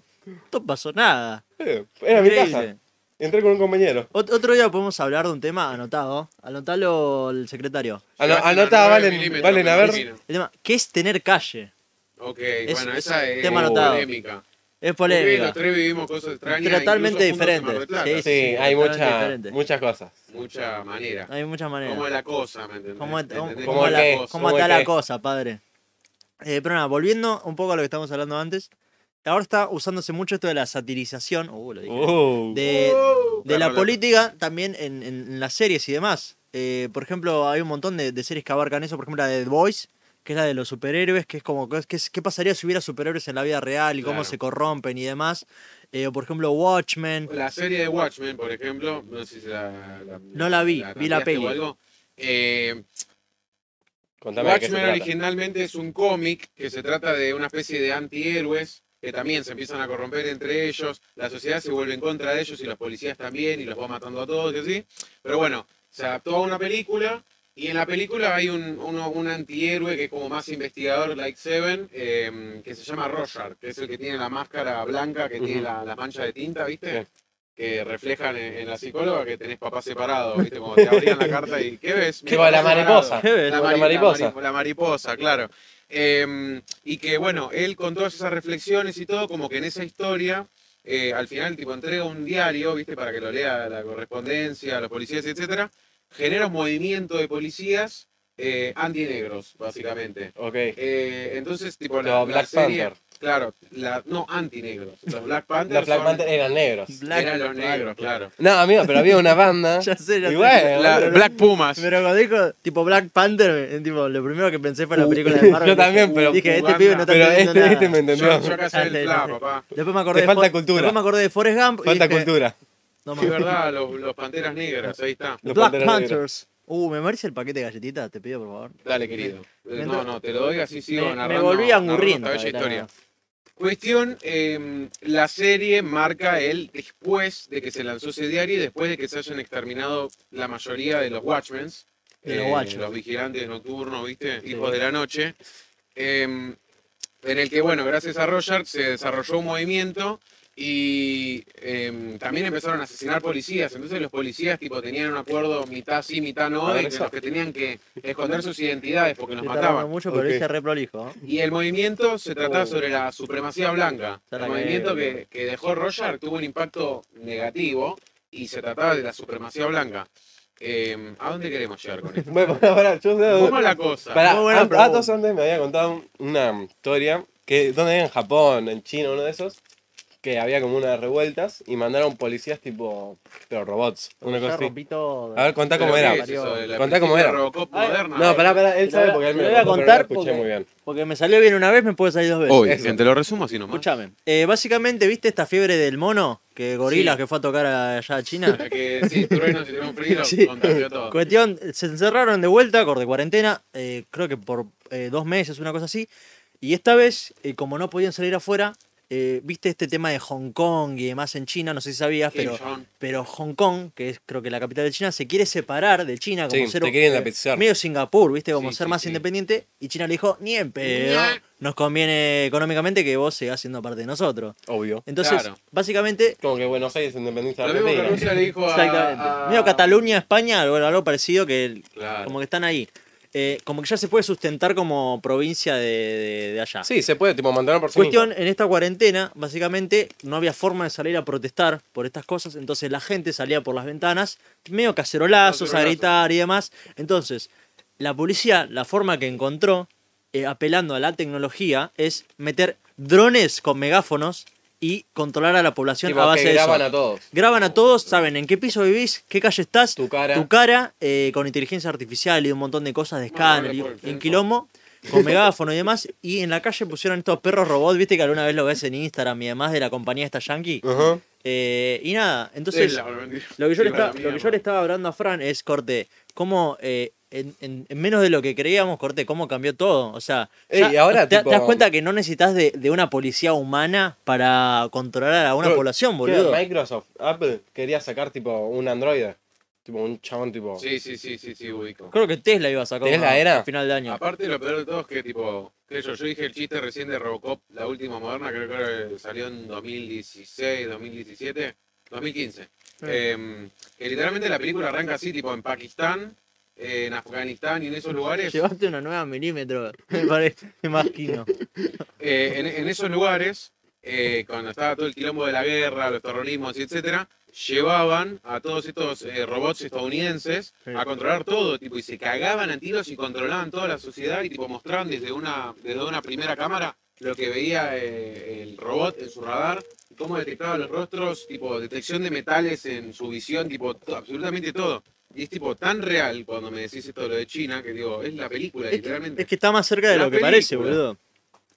No pasó nada. Eh, Era mi Increíble. casa. Entré con un compañero. Ot- otro día podemos hablar de un tema anotado. Anotalo el secretario. Ano- Llevaste una anota, 9 Valen, milímetros, Valen, a me ver. imagino. El tema, ¿qué es tener calle? Ok, Es- bueno, es esa es tema anotado. polémica. Es Porque polémica. los tres vivimos cosas extrañas. Totalmente incluso juntos en Mar del diferentes, <laughs> Plata. sí. Sí, hay totalmente mucha, diferente. muchas cosas. Mucha manera. Hay muchas maneras. Como la cosa, ¿me entendés? ¿Cómo, ¿Entendés? cómo- Como cómo la- que- cómo como está que- la cosa, padre? Eh, pero nada, volviendo un poco a lo que estábamos hablando antes. Ahora está usándose mucho esto de la satirización. Uh, lo dije. Oh. De, Uh, de la Carlos, política también en, en- en las series y demás. Eh, por ejemplo, hay un montón de, de series que abarcan eso. Por ejemplo, la de The Voice, que es la de los superhéroes, que es como que es- que es- qué pasaría si hubiera superhéroes en la vida real y cómo Claro. se corrompen y demás. Eh, o por ejemplo, Watchmen. La serie de Watchmen, por ejemplo, no sé si la. la- No la vi, vi la cambiaste peli. o algo. Eh, Contame de qué se Watchmen trata. originalmente es un cómic que se trata de una especie de antihéroes que también se empiezan a corromper entre ellos, la sociedad se vuelve en contra de ellos y los policías también y los va matando a todos y así. Pero bueno, se adaptó a una película y en la película hay un, uno- un antihéroe que es como más investigador, like Seven, eh, que se llama Roger, que es el que tiene la máscara blanca, que tiene Ujú. la, la mancha de tinta, ¿viste? Sí. Que reflejan en, en la psicóloga que tenés papá separado, ¿viste? Como te abrían <laughs> la carta y ¿qué ves? Mi Tipo la papá separado. mariposa. ¿Qué ves? La, Como la mari- mariposa. La, mari- la mariposa, claro. Eh, y que bueno, él con todas esas reflexiones y todo, como que en esa historia, eh, al final tipo entrega un diario, viste, para que lo lea la correspondencia, los policías, etcétera, genera un movimiento de policías eh, antinegros, básicamente. Ok. Eh, entonces, tipo, la, Los la Black serie- Panther. Claro, la, no, antinegros. <laughs> Los Black Panther, Los Black son- Panther eran negros. Black- eran los negros, claro. No, amigo, pero había una <laughs> banda. Ya sé, ya Y sé. bueno, La- boludo. Black Pumas. Pero cuando dijo tipo Black Panther, eh, tipo, lo primero que pensé fue la película de Marvel. <laughs> Yo también, pero- Dije, este Uganda. pibe no está pero entendiendo este, nada. este me entendió. <laughs> Yo, yo acá soy Ah, sí, el fla, sí. papá. Después me acordé Te de falta For- cultura. Después me acordé de Forrest Gump. y Falta dije, cultura. no <laughs> Es mames. verdad, los, los Panteras Negras, ahí está. Los Black Panteras Negras. Panthers. Uh, ¿me merece el paquete de galletitas? Te pido, por favor. Dale, querido. Eh, No, no, te lo doy así sigo Me, me narrando- volví narrando angurriendo. esta bella historia. Cuestión, eh, la serie marca el después de que se lanzó ese diario y después de que se hayan exterminado la mayoría de los Watchmen. eh, De los Watchmen. Los vigilantes nocturnos, ¿viste? Sí. Hijos de la noche. eh, en el que, bueno, gracias a Roger se desarrolló un movimiento y eh, también empezaron a asesinar policías. Entonces los policías tipo tenían un acuerdo mitad sí, mitad no, A ver de que eso. los que tenían que esconder sus identidades porque los Estoy tardando mataban. mucho, pero Ok. dije re prolijo. ¿eh? Y el movimiento se trataba Oh. sobre la supremacía blanca. Ya la el movimiento cagué, que, que dejó Roger tuvo un impacto negativo y se trataba de la supremacía blanca. Eh, ¿A dónde queremos llegar <laughs> con esto? Bueno, pará, pará, yo sé ¿Cómo es la cosa? Pará, Muy buena an- pregunta. Atos antes me había contado una historia que donde era en Japón, en China, uno de esos, que había como unas revueltas y mandaron policías tipo, pero robots, una cosa Ya así. rompí todo. A ver, contá ¿Pero cómo qué era. es eso de la Contá cómo película era. Robocop Ay, moderna? No, pará, pará, Te él lo sabe voy a- porque te él me lo lo voy a contó, pero no contar lo escuché porque- muy bien. Porque me salió bien una vez, me puede salir dos veces. Hoy, Eso. te lo resumo así nomás. Escúchame. Eh, básicamente, ¿viste esta fiebre del mono? Que gorilas Sí. que fue a tocar allá a <laughs> China. Que sí, truenos y tenemos frío, Sí. <laughs> contagió todo. Cuestión, se encerraron de vuelta, acorde cuarentena, eh, creo que por eh, dos meses, una cosa así. Y esta vez, eh, como no podían salir afuera, eh, viste este tema de Hong Kong y demás en China, no sé si sabías, Kim pero, Jong. pero Hong Kong, que es creo que la capital de China, se quiere separar de China como Sí, ser te un- eh, quieren lapizar. medio Singapur, viste, como Sí, ser sí, más sí. independiente. Y China le dijo, ni en pedo, Ña. nos conviene económicamente que vos sigas siendo parte de nosotros. Obvio. Entonces, Claro. básicamente, Como que Buenos Aires independiza Lo de mismo que Argentina. Rusia le dijo a... exactamente, a- medio Cataluña, España, algo, algo parecido que el- Claro. como que están ahí. eh, como que ya se puede sustentar como provincia de, de- de allá. Sí, se puede, tipo, mantener por sí Cuestión, mismo. en esta cuarentena, básicamente, no había forma de salir a protestar por estas cosas, entonces la gente salía por las ventanas, medio cacerolazos, a Cacerolazos. gritar y demás. Entonces, la policía, la forma que encontró, eh, apelando a la tecnología, es meter drones con megáfonos y controlar a la población Tipo, a base que de eso. graban a todos. Graban a todos, saben en qué piso vivís, qué calle estás, Tu cara. tu cara eh, con inteligencia artificial y un montón de cosas de escáner vale, y- por el y en centro. quilombo, con megáfono y demás. Y en la calle pusieron estos perros robots, viste que alguna vez lo ves en Instagram y además de la compañía esta yankee. Ajá. Eh, y nada, entonces Tesla, bro, mentira. lo que, yo le Iba a la estaba, lo que yo mierda. le estaba hablando a Fran es, corte, cómo eh, en, en- en menos de lo que creíamos, corte, cómo cambió todo. O sea, Ey, ya y ahora, te, tipo- te das cuenta que no necesitas de, de una policía humana para controlar a una Pero, población, ¿Qué? boludo. Microsoft, Apple, quería sacar, tipo, un androide. Tipo, un chabón, tipo... Sí, sí, sí, sí, sí, ubico. Creo que Tesla iba a sacar ¿Tenés una la era? a final de año. Aparte, lo peor de todo es que, tipo, qué sé yo, yo dije el chiste recién de Robocop, la última moderna, creo que salió en 2016, 2017, 2015. Em, que literalmente la película arranca así, tipo, en Pakistán, eh, en Afganistán y en esos lugares. Llevaste una nueva milímetro, me parece, me imagino. eh, en, en esos lugares, eh, cuando estaba todo el quilombo de la guerra, los terrorismos y etcétera, llevaban a todos estos eh, robots estadounidenses Sí. a controlar todo, tipo, y se cagaban a tiros y controlaban toda la sociedad y tipo mostraban desde una, desde una primera cámara lo que veía eh, el robot en su radar, y cómo detectaba los rostros, tipo detección de metales en su visión, tipo to- absolutamente todo. Y es tipo tan real cuando me decís esto de lo de China, que digo, es la película, Es que, literalmente. es que está más cerca de La lo que parece, película. boludo.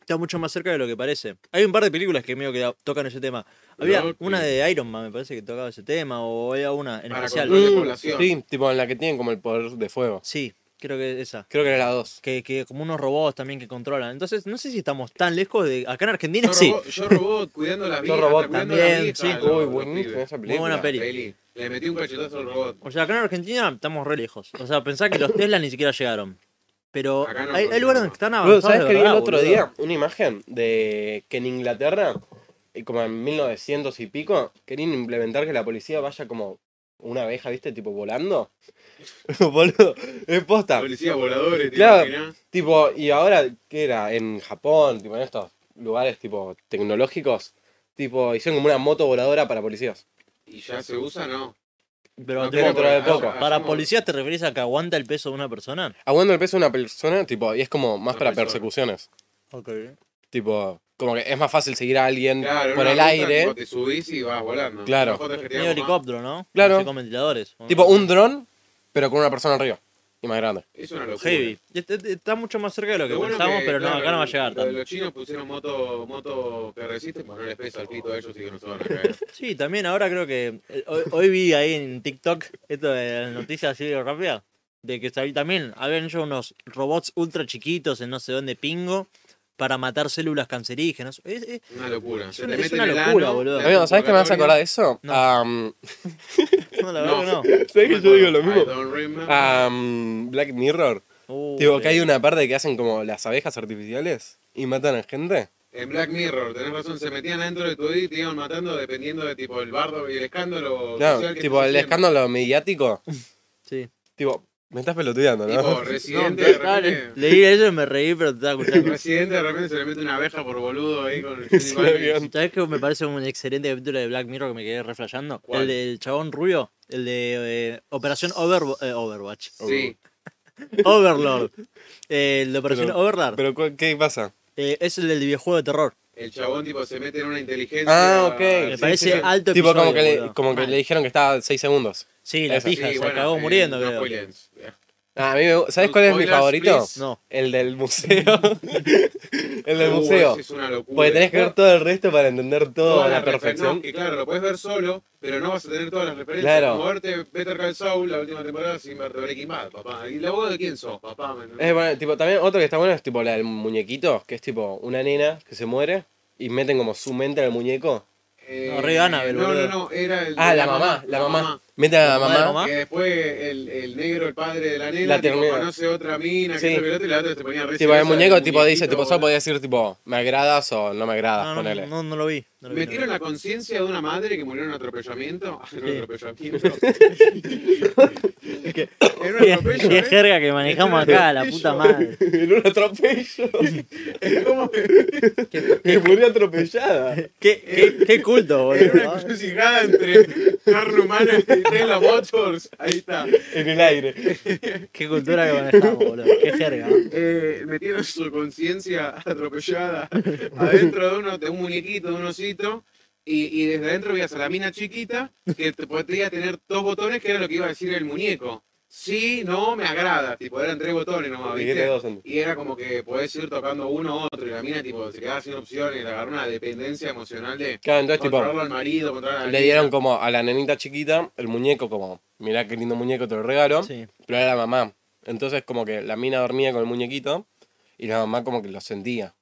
Está mucho más cerca de lo que parece. Hay un par de películas que medio que da- tocan ese tema. Había Rocky. una de Iron Man, me parece que tocaba ese tema, o había una en Para especial. control de Mm, población. Sí, tipo, en la que tienen como el poder de fuego. Sí, creo que esa. Creo que era la 2. Que, que como unos robots también que controlan. Entonces, no sé si estamos tan lejos de. Acá en Argentina Yo, sí. robot, yo robot, cuidando la vida. Robot cuidando también, la vieja, sí. los- Uy, los buenísima pibes. esa Muy película. buena peli. Peli. Le metí un cachetazo al robot. O sea, acá en Argentina estamos re lejos. O sea, pensá que los Tesla ni siquiera llegaron. Pero Acá no hay, hay lugares donde funcionó. están Boludo, avanzados. ¿sabes de que vi el verdad, otro Ah, boludo. día una imagen de que en Inglaterra, eh, como en 1900 y pico, querían implementar que la policía vaya como una abeja, ¿viste? Tipo volando. <laughs> Boludo, es posta. Policías voladores, ¿te Claro. imaginas? Tipo, y ahora, ¿qué era? En Japón, tipo, en estos lugares tipo tecnológicos, tipo, hicieron como una moto voladora para policías. Y ya se usa, ¿no? Pero No, tipo, pero para, de poco. para Hacemos- policías te referís a que aguanta el peso de una persona. Aguando el peso de una persona, tipo, y es como más Una para persona. persecuciones. Ok. Tipo, como que es más fácil seguir a alguien Claro, por una el ruta, aire. tipo, Te subís y vas volando. Claro. Nosotros que Medio teníamos más- helicóptero, ¿no? Claro. Así Con ventiladores. Tipo un dron, pero con una persona arriba. Y más grande. Es una locura. Heavy. Este- este- Está mucho más cerca de lo que Lo bueno pensamos, que, pero no, claro, acá no va a llegar. lo- tanto. Los chinos pusieron moto, moto que resisten, pues no les pesa el pito a ellos y que no se van a caer. Sí, también ahora creo que. eh, Hoy, hoy vi ahí en TikTok esto de las noticias así de rápida. De que ahí también habían hecho unos robots ultra chiquitos en no sé dónde pingo para matar células cancerígenas. Es- es- Una locura. Se una- te es meten una el locura, ano, boludo. la Amigo, ¿sabes qué me vas a acordar de eso? No. <laughs> A, um, no, la verdad No. que no. <laughs> ¿Sabes que yo digo lo mismo? I don't remember. A um, Black Mirror. Uh, Tipo, que hay una parte que hacen como las abejas artificiales y matan a gente. En Black Mirror, tenés razón, se metían adentro de tu vida y te iban matando dependiendo de tipo el bardo y el escándalo. No, social que tipo, estés el haciendo. escándalo mediático. Sí. Tipo, me estás pelotudeando, Tipo, ¿no? residente, de Dale, <laughs> repente, leí eso y me reí, pero te estaba escuchando. residente de repente se le mete una abeja por boludo ahí <laughs> con el Sí, Johnny bien. Depp. ¿Sabes que me parece un excelente capítulo de Black Mirror que me quedé reflejando? ¿Cuál? El del chabón rubio, el de eh, Operación Overwa- eh, Overwatch. Sí, <laughs> Overlord. Eh, el de Operación Pero- Overlord. Pero, ¿cu- ¿qué pasa? Eh, es el del videojuego de terror. el chabón tipo se mete en una inteligencia. Ah, ok. Me Sí, parece sí, sí. alto Tipo, como episodio, que, le, boludo. como que Mal. le dijeron que estaba 6 segundos. Sí, la Esa. pija, Sí, se bueno, acabó eh, muriendo, no creo. spoilers. Ah, a mí me- ¿Sabes cuál es mi Spoilers, favorito? please. No. El del museo. <laughs> el del Uh, museo. eso es una locura. Porque tenés que ver todo el resto para entender todo a Todas la las refer- perfección. no, que claro, lo puedes ver solo, pero no vas a tener todas las referencias. Claro. Moverte Better Call Saul la última temporada sin verte Breaking Bad, papá. ¿Y la voz de quién sos, papá? ¿Me entendés? Es bueno, tipo, también otro que está bueno es tipo la del muñequito, que es tipo una nena que se muere y meten como su mente al muñeco. Eh, No, re Annabelle, No, boludo. no, no, era el. Ah, de la mamá, la mamá. Meten a la ¿La mamá de mamá. mamá? Que después el, el negro, el padre de la nena, La tipo, ternera. conoce otra mina, que Sí. esto, que lo otro, y la otra se ponía re Tipo, el celosa del muñeco tipo dice, muñequito, tipo, solo boludo. podía decir tipo, me agradas o no me agradas, No, no, ponele. <laughs> no, no lo vi. no lo vi, no lo vi. Metieron la conciencia de <laughs> una <laughs> madre que murió en un atropellamiento. En un Sí. atropellamiento. en un Qué, atropello, qué ¿eh? jerga que manejamos Este acá, la atropello. puta madre. en un atropello. <laughs> Es como Me murió atropellada. Qué, qué- qué culto, en boludo. una encrucijada entre carne humana y Tesla Motors. Ahí está. En el aire. Qué cultura que manejamos, boludo. Qué jerga. <laughs> Eh, metiendo su conciencia atropellada <laughs> adentro de, uno, de un muñequito, de un osito. Y, y desde adentro veías a la mina chiquita que te podía tener dos botones, que era lo que iba a decir el muñeco. Sí, no, me agrada. Tipo, eran tres botones nomás, Dijiste ¿viste? dos antes. Y era como que podés ir tocando uno u otro. Y la mina, tipo, se quedaba sin opciones. Le agarró una dependencia emocional de Claro, entonces, tipo, controlarlo al marido, controlar a la le niña. dieron como a la nenita chiquita el muñeco, como, mirá qué lindo muñeco, te lo regalo. Sí. Pero era la mamá. Entonces, como que la mina dormía con el muñequito y la mamá, como que lo sentía.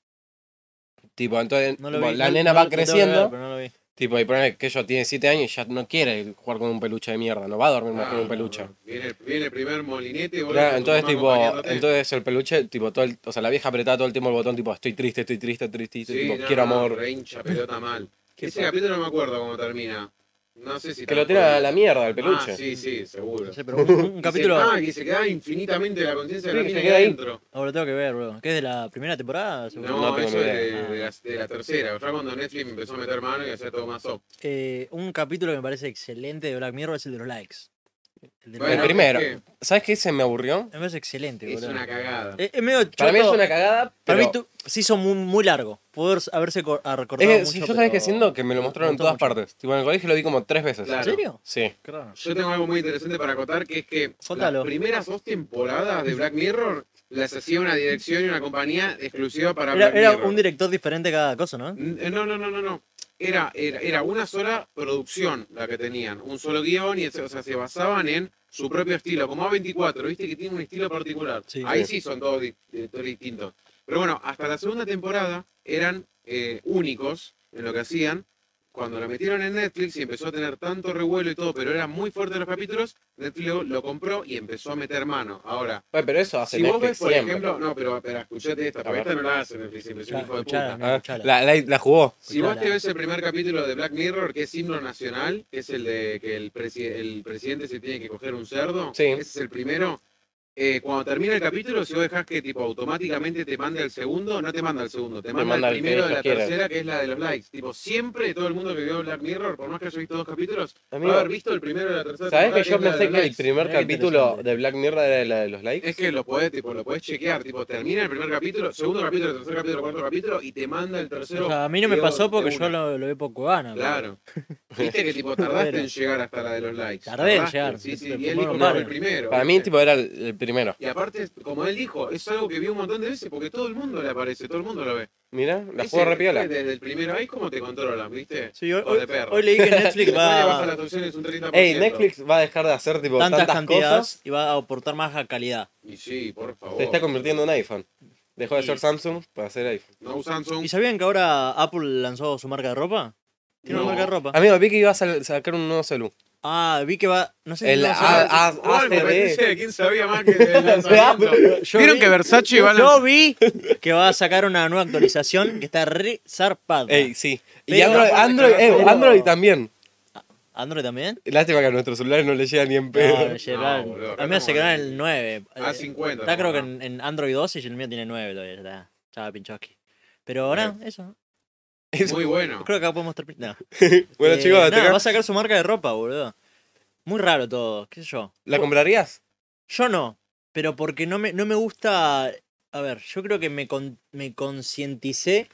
Tipo, entonces, No lo tipo, vi. la No- nena no va lo- lo tengo que ver, creciendo. pero no lo vi. Tipo, y ponele que yo tiene 7 años y ya no quiere jugar con un peluche de mierda, no va a dormir más Ah, con un no, peluche. no. Viene, viene el primer molinete y vos Claro, con tu entonces, mamá tipo, acompañándote. entonces el peluche, tipo, todo el- o sea, la vieja apretaba todo el tiempo el botón, tipo, estoy triste, estoy triste, triste, Sí, tipo, no, quiero no, amor. re hincha pelota mal. <laughs> ¿Qué Ese pasa? capítulo no me acuerdo cómo termina. No sé si. que lo tira a la mierda el el peluche. Ah, sí, sí, seguro. No sé, pero un, un Y capítulo. Se, ah, que se queda infinitamente la conciencia de Sí, que la se mina ahí queda ahí. adentro. Ahora lo tengo que ver, boludo. ¿Qué es de la primera temporada? seguro? No, No tengo eso ni es idea. de, de la, de la tercera. Ya cuando Netflix empezó a meter mano y hacer todo más soft. Eh, un capítulo que me parece excelente de Black Mirror es el de los likes. El de los Bueno, likes. el primero. es ¿Sabes qué se me aburrió? Me parece excelente, Es boludo. una cagada. Eh, es medio Para mí es choto. una cagada, Para mí pero- tú- se hizo muy, muy largo. Pudo haberse cor- es acortado que mucho, si yo pero- sabes qué siento, que me lo mostraron en gustó todas mucho. partes. Tipo, en el colegio lo vi como tres veces. ¿En Claro. serio? Sí. Qué raro. Yo tengo algo muy interesante para acotar, que es que Contalo. las primeras dos temporadas de Black Mirror las hacía una dirección y una compañía exclusiva para Era, Black era Mirror. un director diferente cada cosa, ¿no? N- Eh, No, no, no, no, no. Era, era, era una sola producción la que tenían, un solo guión, y ese- o sea, se basaban en su propio estilo, como A24, viste que tiene un estilo particular. Sí. Ahí sí son todos di- directores distintos. Pero bueno, hasta la segunda temporada eran eh, únicos en lo que hacían. Cuando la metieron en Netflix y empezó a tener tanto revuelo y todo, pero eran muy fuertes los capítulos, Netflix lo- lo compró y empezó a meter mano. Ahora, Oye, pero eso hace si vos Netflix ves, por siempre. ejemplo, no, pero, pero escuchate esta, A porque ver. esta no la hace Netflix siempre, es un Claro, hijo de escuchala, puta. amigo, Ah, escuchala. la, la, la jugó. Si vos Claro. te ves el primer capítulo de Black Mirror, que es himno nacional, que es el de que el, presi- el presidente se tiene que coger un cerdo, Sí. ese es el primero. eh, cuando termina el capítulo, si vos dejás que tipo automáticamente te mande al segundo, no te manda al segundo, te manda, manda al el que primero de ellos la quieran. tercera, que es la de los likes. Tipo, siempre todo el mundo que vio Black Mirror, por más que haya visto dos capítulos, va Amigo, a haber visto el primero de la tercera. ¿Sabes temporada, que yo es la pensé de los que el likes? primer Mirá qué capítulo interesante. de Black Mirror era la de los likes? Es que lo podés, tipo, lo podés chequear, tipo, termina el primer capítulo, segundo capítulo, tercer capítulo, cuarto capítulo, y te manda el tercero. O sea, a mí no me de- pasó porque de yo una. lo, lo vi por cubana. pero- Claro. <laughs> Viste que tipo tardaste en llegar hasta la de los likes. Tardé en Tardaste, llegar. Sí, sí, Me y él fumaron dijo que fue el varios. primero. Para mí, ¿viste? tipo, era el, el primero. Y aparte, como él dijo, es algo que vio un montón de veces porque todo el mundo le aparece, todo el mundo lo ve. Mira, la Ese- jugó repiola. Desde el primero ahí, ¿cómo te controlan, viste? Sí, hoy, Hijo hoy- de perra. hoy leí que Netflix <laughs> Después le baja va las a opciones un 30%. Ey, Netflix va a dejar de hacer, tipo, tantas tantas, cantidades cosas. y va a aportar más a calidad. Y sí, por favor. Se está convirtiendo en iPhone. Dejó de Sí. ser Samsung para ser iPhone. No Samsung. ¿Y sabían que ahora Apple lanzó su marca de ropa? Tiene No. una marca de ropa. Amigo, vi que iba a sal- sacar un nuevo celu. Ah, vi que va. No sé si El no, A- sabe- A- Oh, la competencia ACD. de quién sabía más que del lanzamiento. yo ¿Vieron vi- que Versace va a Yo lanzar? vi que va a sacar una nueva actualización que está re zarpada. Ey, sí. Y Pero- Android, Android, eh, Pero- Android también. ¿Android también? Lástima que a nuestros celulares no le llega ni en No, pedo. me llegaron- boludo, acá a mí me no se quedaron vale. el 9. A 50. Está creo que no. en, en Android 12 y el mío tiene 9 todavía. ya Está, estaba pinchoski. Pero ahora, eso. Es- Muy bueno. Creo que acá podemos terminar. No. bueno, Eh, chicos, nada, tenga- va a sacar su marca de ropa, boludo. Muy raro todo, qué sé yo. ¿la comprarías? Yo no, pero porque no me, no me gusta. A ver, yo creo que me, con- me concienticé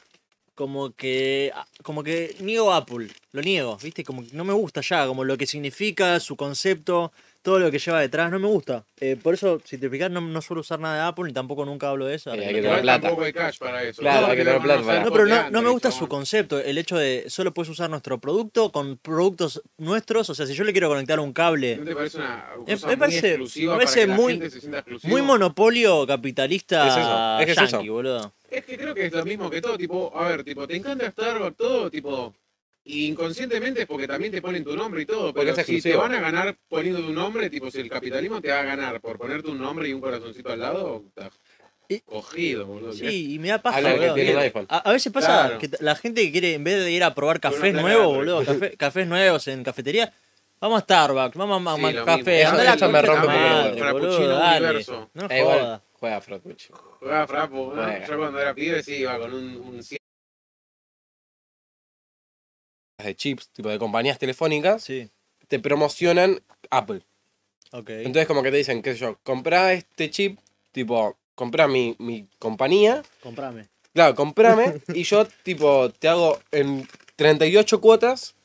como que. ah, Como que niego Apple, lo niego, ¿viste? Como que no me gusta ya, como lo que significa, su concepto, todo lo que lleva detrás, no me gusta. Eh, por eso, si te fijas, no, no suelo usar nada de Apple y tampoco nunca hablo de eso. Eh, Arre, hay no te- que tener Igual plata. tampoco hay cash para eso. Claro, No, hay que la tener plata mano para- se No, pero no, joteando, no me gusta chabón. su concepto, el hecho de solo puedes usar nuestro producto con productos nuestros, o sea, si yo le quiero conectar un cable ¿No te parece una Me- cosa Eh, me muy parece- exclusiva me para parece que la muy- gente se sienta exclusivo? Muy monopolio capitalista Es eso, es que es eso. yankee, boludo. Es que creo que es lo mismo que todo, tipo, a ver, tipo, te encanta Starbucks, todo, tipo, y inconscientemente es porque también te ponen tu nombre y todo, Porque pero es si te exclusivo. van a ganar poniendo tu nombre, tipo, si el capitalismo te va a ganar por ponerte un nombre y un corazoncito al lado, estás Y- cogido, boludo. Sí, y me da paja, Habla que boludo. tiene un iPhone. A, a veces pasa Claro. que t- la gente que quiere, en vez de ir a probar Con una cafés placa <laughs> nuevos, de boludo, café- cafés nuevos en cafetería, Vamos a Starbucks, vamos a ma- Sí, ma- lo mismo. café. Eso- andá a la eso me concha rompe de un poco los madre, huevos. boludo, Frappuccino dale. Universo. No Eh, igual, jodas. juega Frappuccino. Jugaba Frapo, ¿no? Bueno. Yo cuando era pibe sí iba con un, un cien- De chips, tipo de compañías telefónicas, Sí, te promocionan Apple. ok. Entonces, como que te dicen, qué sé yo, comprá este chip, tipo, comprá mi, mi compañía, Comprame. <laughs> claro, comprame, y yo, tipo, te hago en 38 cuotas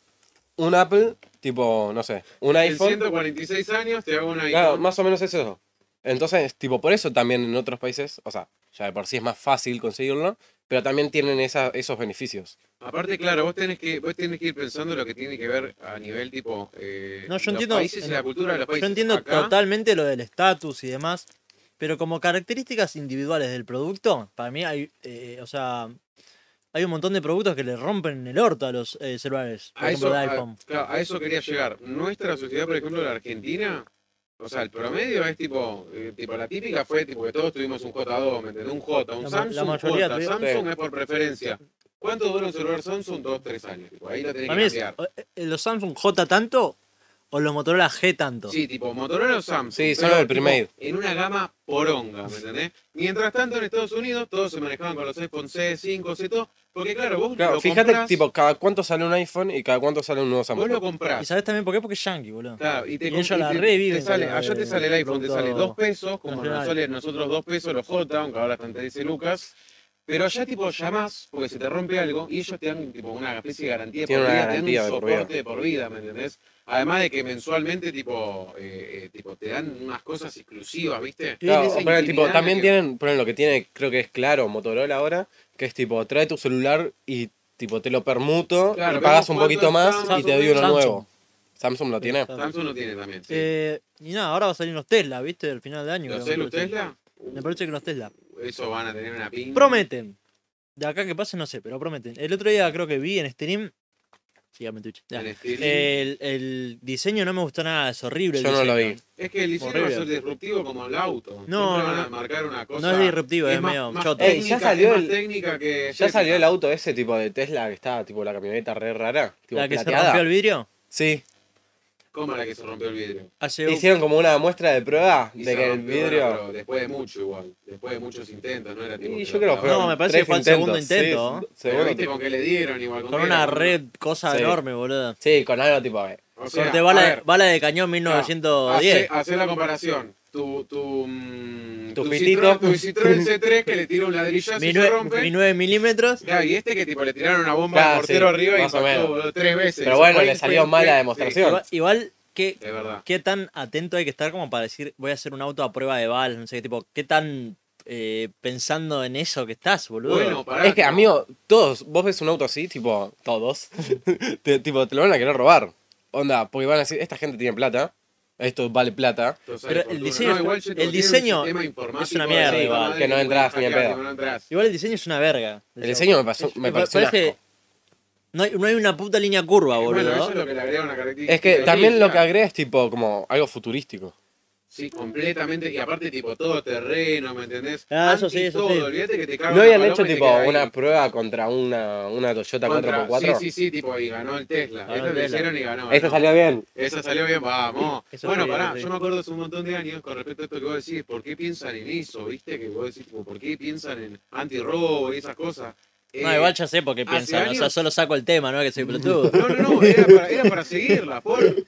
un Apple, tipo, no sé, un en iPhone. 146 años, te hago una Claro, iPhone. más o menos es eso. Entonces, tipo, por eso también en otros países, o sea, ya de por sí es más fácil conseguirlo, pero también tienen esa, esos beneficios. Aparte, claro, vos tenés, que, vos tenés que ir pensando lo que tiene que ver a nivel tipo. Eh, No, yo los entiendo- países y la cultura de los países. Yo entiendo pues, Acá, totalmente lo del estatus y demás, pero como características individuales del producto, para mí hay, eh, o sea, hay un montón de productos que le rompen el orto a los eh, celulares, por A ejemplo, eso, el a- iPhone. claro, a eso quería llegar. Nuestra sociedad, por ejemplo, la Argentina, o sea, el promedio es tipo, eh, tipo la típica fue tipo que todos tuvimos un J2, ¿me entendés? Un J, un La ma- la Samsung, mayoría J. tuvieron- Samsung Sí. es por preferencia. ¿Cuánto dura un celular Samsung? Dos, tres años. tipo, ahí lo tenés Para que mí es cambiar. eh, eh, los Samsung J tanto o los Motorola G tanto. Sí, tipo Motorola o Samsung. Sí, pero, solo el tipo, primero. En una gama poronga, ¿me entendés? Mientras tanto, en Estados Unidos todos se manejaban con los iPhone C, 5, C, todo. Porque claro, vos Claro, lo fíjate, comprás, tipo, cada cuánto sale un iPhone y cada cuánto sale un nuevo vos Samsung. lo ¿Y comprás. sabes también por qué? Porque es yankee, boludo. Claro, y te, Y ellos y la te- reviven te sale, con la allá de- te sale el iPhone, te producto sale 2 pesos, como nos nacional. salen nosotros 2 pesos los J, aunque ahora están te dice Lucas. Pero allá tipo llamás porque se te rompe algo y ellos te dan tipo una especie de garantía Tienen por una vida, garantía te de dan un por vida. soporte de por vida, ¿me entendés? Además de que mensualmente tipo, eh, eh, tipo te dan unas cosas exclusivas, ¿viste? Sí, Claro, esa pero, tipo, intimidad también que- tienen, pero lo que tiene, creo que es claro, Motorola ahora, que es tipo, trae tu celular y tipo te lo permuto, Claro, y vemos pagas un cuánto poquito más está y te doy uno Samsung. nuevo. Samsung lo tiene. Samsung lo tiene también. Sí. Eh, y nada, ahora va a salir los Tesla, ¿viste? Al final de año. ¿Los creo, me Celu parece. Tesla? Me parece que los Tesla. Eso van a tener una pinta. Prometen. De acá que pase, no sé, pero prometen. El otro día creo que vi en stream. Sígame en Twitch. Ya. en estilo. El, el diseño no me gustó nada, es horrible. el Yo no lo diseño. vi. es que el diseño va a horrible. ser disruptivo como el auto. No, Siempre van no. a marcar una cosa. No es disruptivo, es, más- medio más choto. Ey, técnica, ya salió es más el- técnica que Ya estética. salió el auto ese tipo de Tesla que estaba, tipo la camioneta re rara, tipo la que se plateada. rompió el vidrio. Sí, ¿Cómo la que se rompió el vidrio? Hace un- hicieron como una muestra de prueba de Y se que el rompió, bueno, vidrio. pero después de mucho igual. Después de muchos intentos, no era tipo. Y que yo la creo que clavaron. fueron No, me parece que tres fue el segundo intentos. intento. Sí, Pero viste segundo. con que le dieron igual. con que una era, red cosa Sí. enorme, boludo. Sí, con algo tipo. eh, O sea, Corte a bala, de- ver, Ah, bala de cañón Hace, 1910. hace la comparación. Tu, tu, Tu mm, tu, pitito. Citroën, tu Citroën C3 que le tira un ladrillazo y se 19 rompe. 19 milímetros. Claro, y este que tipo le tiraron una bomba Claro, al portero sí, arriba y más o menos. impactó boludo, tres veces. Pero bueno, Fue- le fue- salió mal la fue- demostración. Igual, igual que sí, de verdad. ¿Qué tan atento hay que estar como para decir, voy a hacer un auto a prueba de balas? No sé qué tipo, ¿qué tan eh, pensando en eso que estás, boludo? Bueno, pará. Es que, tipo, amigo, todos, vos ves un auto así, tipo, todos, <laughs> te, tipo, te lo van a querer robar. Onda, porque van a decir, esta gente tiene plata, esto vale plata. esto sale pero el fortuna. diseño- igual yo el tengo- tiene un diseño sistema es informático una mierda, de igual, madre que no puede entras ni en hackear, pedo. que no entras. Igual el diseño es una verga. El diseño me, pasó, me pareció un parece- asco. No hay, no hay una puta línea curva, Y Bueno, boludo. eso es lo que le agrega una característica. Es que de también Villa. lo que agrega es, tipo, como algo futurístico. Sí, completamente. Y aparte, tipo, todo terreno, ¿me entendés? Ah, eso sí, Anti eso todo, sí. Olvídate que te cagan ¿No una habían paloma hecho, y te tipo, queda ahí. una prueba contra una, una Toyota Contra- 4x4? Sí, sí, sí, tipo, y ganó el Tesla. Ganó Esto el lo Tesla. hicieron y ganó. Esta ganó. salió bien. Esa salió bien, vamos. Eso bueno, sí, pará, eso sí. yo me acuerdo hace un montón de años con respecto a esto que vos decís, ¿por qué piensan en eso? ¿Viste? Que vos decís, tipo, ¿por qué piensan en antirrobo y esas cosas? No, Eh, igual ya sé por qué hace piensan. O sea, años- solo saco el tema, ¿no? Que soy pelotudo. <laughs> No, no, no, era para, era para seguirla, Paul.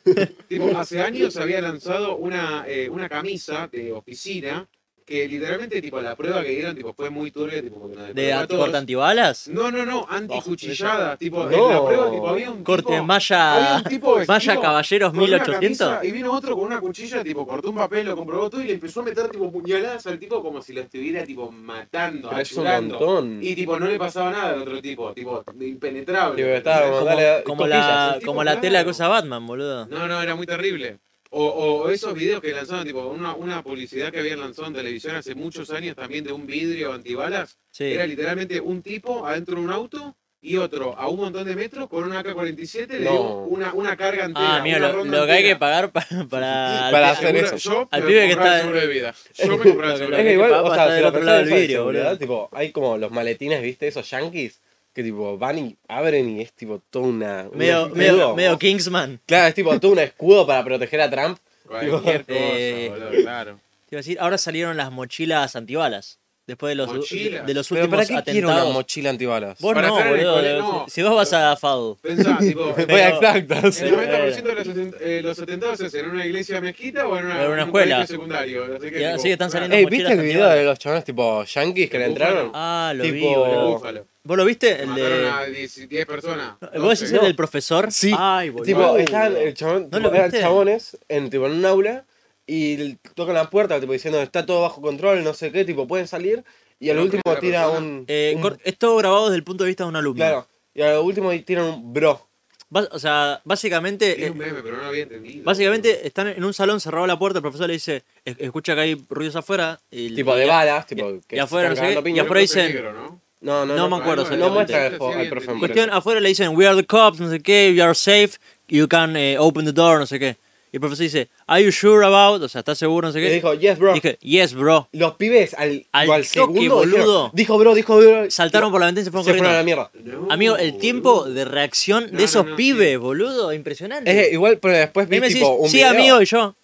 Tipo, hace años había lanzado una, eh, una camisa de oficina que literalmente, tipo, la prueba que dieron, tipo, fue muy turbia, tipo, porque ¿De nos despertó a anti- todos. corte antibalas? No, no, no, anticuchillada, tipo, No. en la prueba, tipo, había un Corte tipo- había malla, un tipo vestido malla caballeros con una 1800. camisa y vino otro con una cuchilla, tipo, cortó un papel, lo comprobó todo y le empezó a meter, tipo, puñaladas al tipo como si lo estuviera, tipo, matando, Pero es un ayudando. montón. Y, tipo, no le pasaba nada al otro tipo, tipo, impenetrable. Tipo, estaba como, dale, Como cosquillas. la, el tipo, como la tela que claro. usa Batman, boludo. No, no, era muy terrible. O, o esos videos que lanzaron, tipo, una, una publicidad que habían lanzado en televisión hace muchos años también de un vidrio antibalas. Sí. Era literalmente un tipo adentro de un auto y otro a un montón de metros con una AK-47 le No. dio una, una carga entera. Ah, amigo, una lo, ronda lo que hay que entera. pagar pa- para, Para hacer- hacer Seguro- eso. Yo Al me pibe que compraba el está- seguro de vida. Yo <laughs> me compraba el Lo seguro que- de Es vida. que igual, papá o sea, está si del lo otro pensás lado en del esa vidrio, seguridad, boludo. tipo, hay como los maletines, ¿viste? Esos yankees. que tipo van y abren y es tipo toda una. un Medio, escudo. medio, medio Kingsman. Claro, es tipo todo un escudo para proteger a Trump. Cualquier cosa, Eh. <laughs> boludo, claro. Te iba a decir, ahora salieron las mochilas antibalas. Después de los, de, ¿Mochilas? de los Pero últimos ¿para qué quiero una atentados. mochila antibalas? Vos Para no, estar en el boludo. cole, no. Si vos vas a FADU. <laughs> Pensá, <laughs> tipo, Voy el Pero- a exactas. Pero- 90% de los, atent- eh, los atentados se hacen en una iglesia mezquita o en una, O en una en un escuela. colegio secundario. Así que, Y así están saliendo- Ey, mochilas ¿viste el video antibalas. de los chabones tipo yankees que le Búfalo. entraron? Ah, lo vi, Tipo- claro, el boludo. búfalo. ¿Vos lo viste? El Mataron a de... 10, 10 personas. ¿Vos decís el No. del profesor? Sí. Ay, boludo. Tipo, estaban el chabón, ¿No tipo, lo eran viste? chabones en, tipo, en un aula y l- tocan la puerta tipo, diciendo está todo bajo control, no sé qué, tipo, pueden salir y al Pero último primera tira persona. un, Eh, un- cor- es todo grabado desde el punto de vista de un alumno. Claro, y al último tiran un bro. Bas- o sea, básicamente, Tiene eh, un meme, pero no lo había entendido. básicamente están en un salón cerrado la puerta, el profesor le dice, "Es- escucha que hay ruidos afuera. Y, Tipo de y- balas, tipo, y- que y se afuera, están no sé cagando qué, piña. y afuera Creo que es dicen- negro, ¿no? No, no, no me no. acuerdo, No seguramente. muestra Sí, el juego sí, al profe. entendí. Cuestión, ah, afuera le dicen, we are the cops, no sé qué, we are safe, you can eh, open the door, no sé qué. Y el profesor dice, are you sure about? O sea, ¿estás seguro? No sé Le qué. dijo, yes, bro. Dije, yes, bro. Los pibes al, Al tipo, al toque, segundo dijeron, boludo. Dijo bro, dijo bro. Saltaron por la ventana y se Se fueron fueron a la corriendo. mierda. No, Amigo, el boludo. tiempo de reacción de No, no, esos no, pibes, boludo, impresionante. Eh, igual, pero después y vi me decís, tipo un sí, video. amigo, y yo.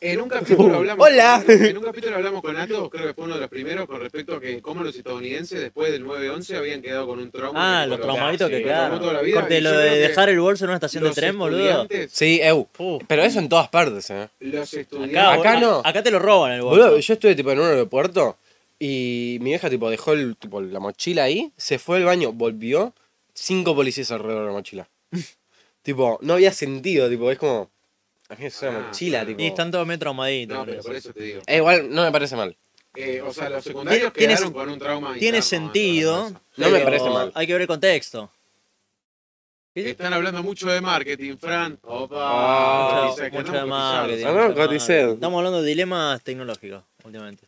En un Uh, capítulo hablamos. Hola. En un capítulo hablamos con Atos, creo que fue uno de los primeros, con respecto a que cómo los estadounidenses después del 9-11 habían quedado con un trauma. Ah, que los tipo, traumaditos sí, que lo traumó quedaron. toda la vida, Corte, y lo yo de creo que dejar el bolso en una estación de los tren, boludo. estudiantes- Sí, eu. Puh. Pero eso en todas partes, eh. Los estudiantes. Acá, Acá bol- no. Acá te lo roban el bolso. Boludo, yo estuve tipo en un aeropuerto y mi vieja tipo dejó el, tipo, la mochila ahí, se fue al baño, volvió, cinco policías alrededor de la <laughs> mochila. tipo, no había sentido, tipo, es como. A mí es una Ah, mochila, claro. tipo. y están todos medio traumaditos. No, boludo. pero por eso te digo. Eh, igual no me parece mal. Eh, o sea, los secundarios Tiene- quedaron con un trauma. Tiene interno, sentido. ¿no? No me pero parece mal. Hay que ver el contexto. Están hablando mucho de marketing, Fran. Ah, Opa. Claro, cotiza, que mucho no, de cotizar. marketing, Ah, no, mucho de coticé. marketing. Estamos hablando de dilemas tecnológicos, últimamente.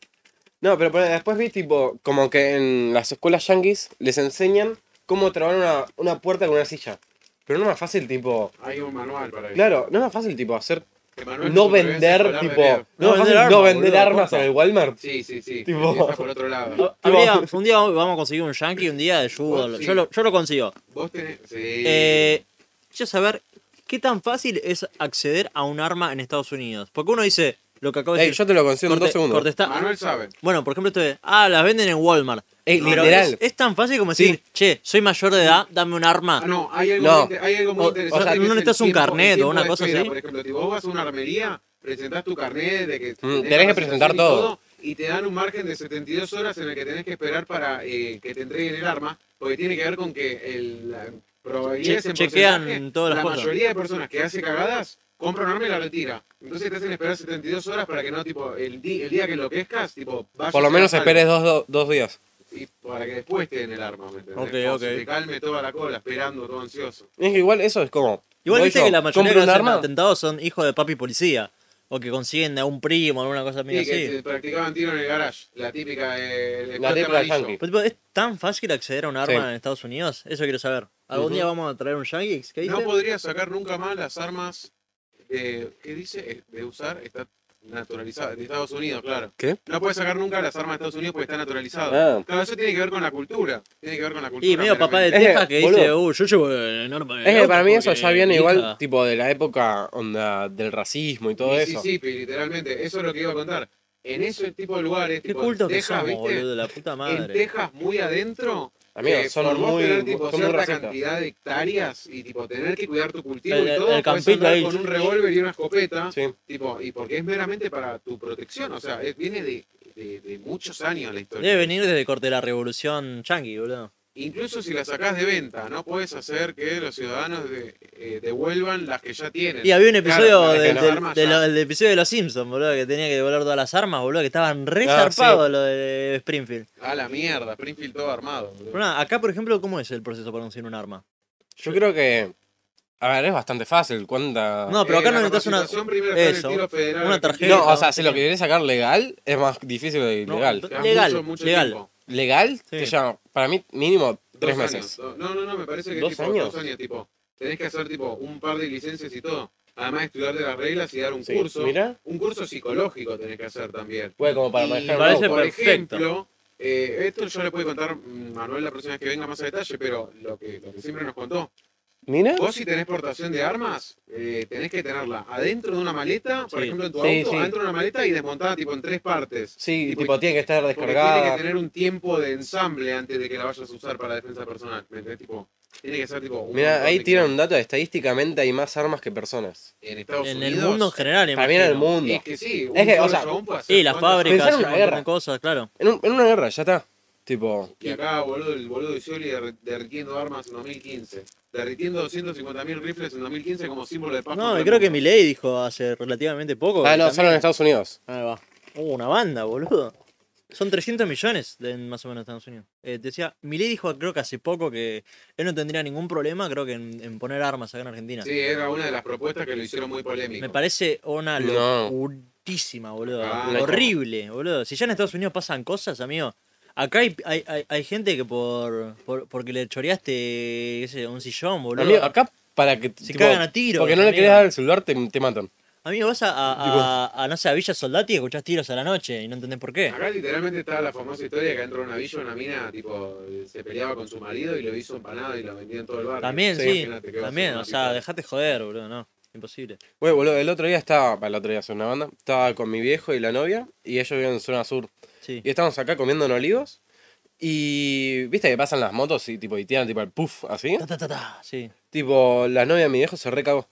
No, pero ponele, después vi, tipo, como que en las escuelas yanquis les enseñan cómo trabar una, una puerta con una silla. Pero no es más fácil, tipo. Hay un manual para eso. Claro, no es más fácil, tipo, hacer. Que manual No de supervivencia vender, escolar tipo. debería- No, es más No vender fácil armas, no vender boludo, armas en posta. el Walmart. Sí, sí, sí. Tipo- empieza por otro lado. Habría- un día vamos a conseguir un yankee, un día de judo. Sí. Yo, lo, yo lo consigo. Vos tenés. Sí. Eh, yo saber qué tan fácil es acceder a un arma en Estados Unidos. Porque uno dice lo que acabo de Ey, decir. yo te lo consigo en corte- dos segundos. corte está- Manuel sabe. Bueno, por ejemplo, esto de. Ah, las venden en Walmart. Ey, Pero literal. Es, es tan fácil como Sí. decir, che, soy mayor de edad, dame un arma. Ah, no, hay algo, No. Muy, inter- hay algo muy O- o interesante. sea, que no es el necesitas un tiempo- el carnet o tiempo una de cosa espera. así. Por ejemplo, si vos vas a una armería, presentás tu carnet de Mm, que. tenés tenés que capacitación presentar y todo. Y te dan un margen de 72 horas en el que tenés que esperar para eh, que te entreguen el arma, porque tiene que ver con que el, la probabilidad Che- es en chequean porcentaje, todas las La cosas. mayoría de personas que hace cagadas compra un arma y la retira. Entonces te hacen esperar 72 horas para que no, tipo, el, di- el día que enloquezcas, tipo, vayas Por lo y menos hagas algo. esperes dos, dos, dos días. Y para que después te den el arma, ¿me entendés? Ok, Como ok. se te calme toda la cola, esperando, todo ansioso. Es que igual eso es como. Igual voy viste yo, que la mayoría de compro un los arma. atentados son hijos de papi policía. O que consiguen de un primo o alguna cosa medio Sí, que así. se practicaban tiro en el garage. La típica. eh, el La escote típica amarillo. yankee. Pero, tipo, ¿Es tan fácil acceder a un arma Sí. en Estados Unidos? Eso quiero saber. ¿Algún Ujú. día vamos a traer un Yankee? ¿Qué No dice? podría sacar nunca más las armas. eh, ¿Qué dice? Eh, De usar. Está naturalizada. De Estados Unidos, claro. ¿Qué? No puede sacar nunca las armas de Estados Unidos porque está naturalizado. Ah. Claro, eso tiene que ver con la cultura. Tiene que ver con la cultura. y medio papá de Es que, Eh, Texas que dice, boludo, uh, yo llevo el arma. en el Es que auto para mí eso porque ya viene mi igual, hija". tipo, de la época onda del racismo y todo eso. Mississippi, literalmente. Eso es lo que iba a contar. En ese tipo de lugares. Qué tipo, culto que Texas, somos, ¿viste? boludo, la puta En madre. Texas, muy adentro, Amigo, eh, son por vos muy- tener tipo, son muy cierta racistas. cantidad de hectáreas y tipo tener que cuidar tu cultivo El- y todo, el podés campito andar ahí. con un revólver y una escopeta, Sí. tipo, y porque es meramente para tu protección, o sea, es- viene de, de- de muchos años la historia. Debe venir desde corte de la revolución Yankee, boludo. Incluso si la sacás de venta, no puedes hacer que los ciudadanos de- eh, devuelvan las que ya tienen. Y había un episodio Claro, de, es que del- las armas de ya- lo- del episodio de los Simpsons, boludo, que tenía que devolver todas las armas, boludo, que estaban re Ah, zarpados lo de Springfield. A la mierda, Springfield todo armado. boludo. Pero nada, acá, por ejemplo, ¿cómo es el proceso para conseguir un arma? Yo creo que. A ver, es bastante fácil. ¿Cuánta.? No, pero acá Eh, no la necesitas una- capacitación primero está en el eso, tiro federal una argentino. tarjeta. No, o sea, no si lo tenía. querés sacar legal, es más difícil de No, ilegal. t- Está Legal, mucho, mucho legal. tiempo. Legal te Sí. lleva, para mí, mínimo tres Dos meses. años. No, no, no, me parece que ¿Dos tipo, años? dos años, tipo, tenés que hacer tipo un par de licencias y todo. Además de estudiar de las reglas y dar un Sí. curso. Mira. Un curso psicológico tenés que hacer también. Puede como para Y, manejar parece un auto. por perfecto. ejemplo, Eh, esto yo le puedo contar mm, Manuel la próxima vez que venga más a detalle, pero lo que, lo que siempre nos contó. Mira. Vos si tenés portación de armas, eh, tenés que tenerla adentro de una maleta, por Sí. ejemplo en tu Sí, auto, sí. adentro de una maleta y desmontada tipo en tres partes. Sí, Tipo, tipo, tiene que estar Porque tiene descargada. que tener un tiempo de ensamble antes de que la vayas a usar para defensa personal. ¿me entendés? Tipo, tiene que ser tipo. un Mira, montón ahí de tiran un dato, estadísticamente hay más armas que personas. kilómetros. En Estados en Unidos. el mundo en general, También en el imagino. mundo. Es que sí. un Es que, o solo sea, chabón puede hacer Sí, las cuantas- fábricas, Pensar en un una montón de guerra. cosas, claro. En, un- en una guerra, ya está. Tipo, Y acá, boludo, el boludo de Scioli derri- derritiendo armas en 2015. Derritiendo 250.000 rifles en 2015 como símbolo de paz. No, contra y el creo que mundo. Milei dijo hace relativamente poco. ah, que no, también- solo en Estados Unidos. Ahí va. Uh, una banda, boludo. Son 300 millones de, más o menos Estados Unidos. Eh, decía, Milei dijo creo que hace poco que él no tendría ningún problema, creo que en, en poner armas acá en Argentina. Sí, era una de las propuestas que lo hicieron muy polémico. Me parece una No. locurísima, boludo. Ah, no. Horrible, boludo. Si ya en Estados Unidos pasan cosas, amigo. Acá hay, hay, hay- hay gente que por, por- porque le choreaste qué sé, un sillón, boludo. Amigo, acá para que. Se cagan a tiros, Porque no le amigo. querés dar el celular, te, te matan. Amigo, vas a, a- a- a, no sé, a Villa Soldati y escuchás tiros a la noche y no entendés por qué. Acá literalmente estaba la famosa historia que entró una villa, una mina, tipo, se peleaba con su marido y lo hizo empanado y lo vendía en todo el barrio. También, sí. Imagínate qué va a También, ser una o sea, picada. dejate joder, boludo, no. Imposible. Güey, boludo, el otro día estaba. para El otro día hace una banda. Estaba con mi viejo y la novia. Y ellos viven en zona sur. Sí. Y estábamos acá comiendo en olivos. Y. ¿Viste que pasan las motos y tipo y tiran tipo el puff así? Ta, ta, ta, ta, Sí. Tipo, la novia de mi viejo se recagó.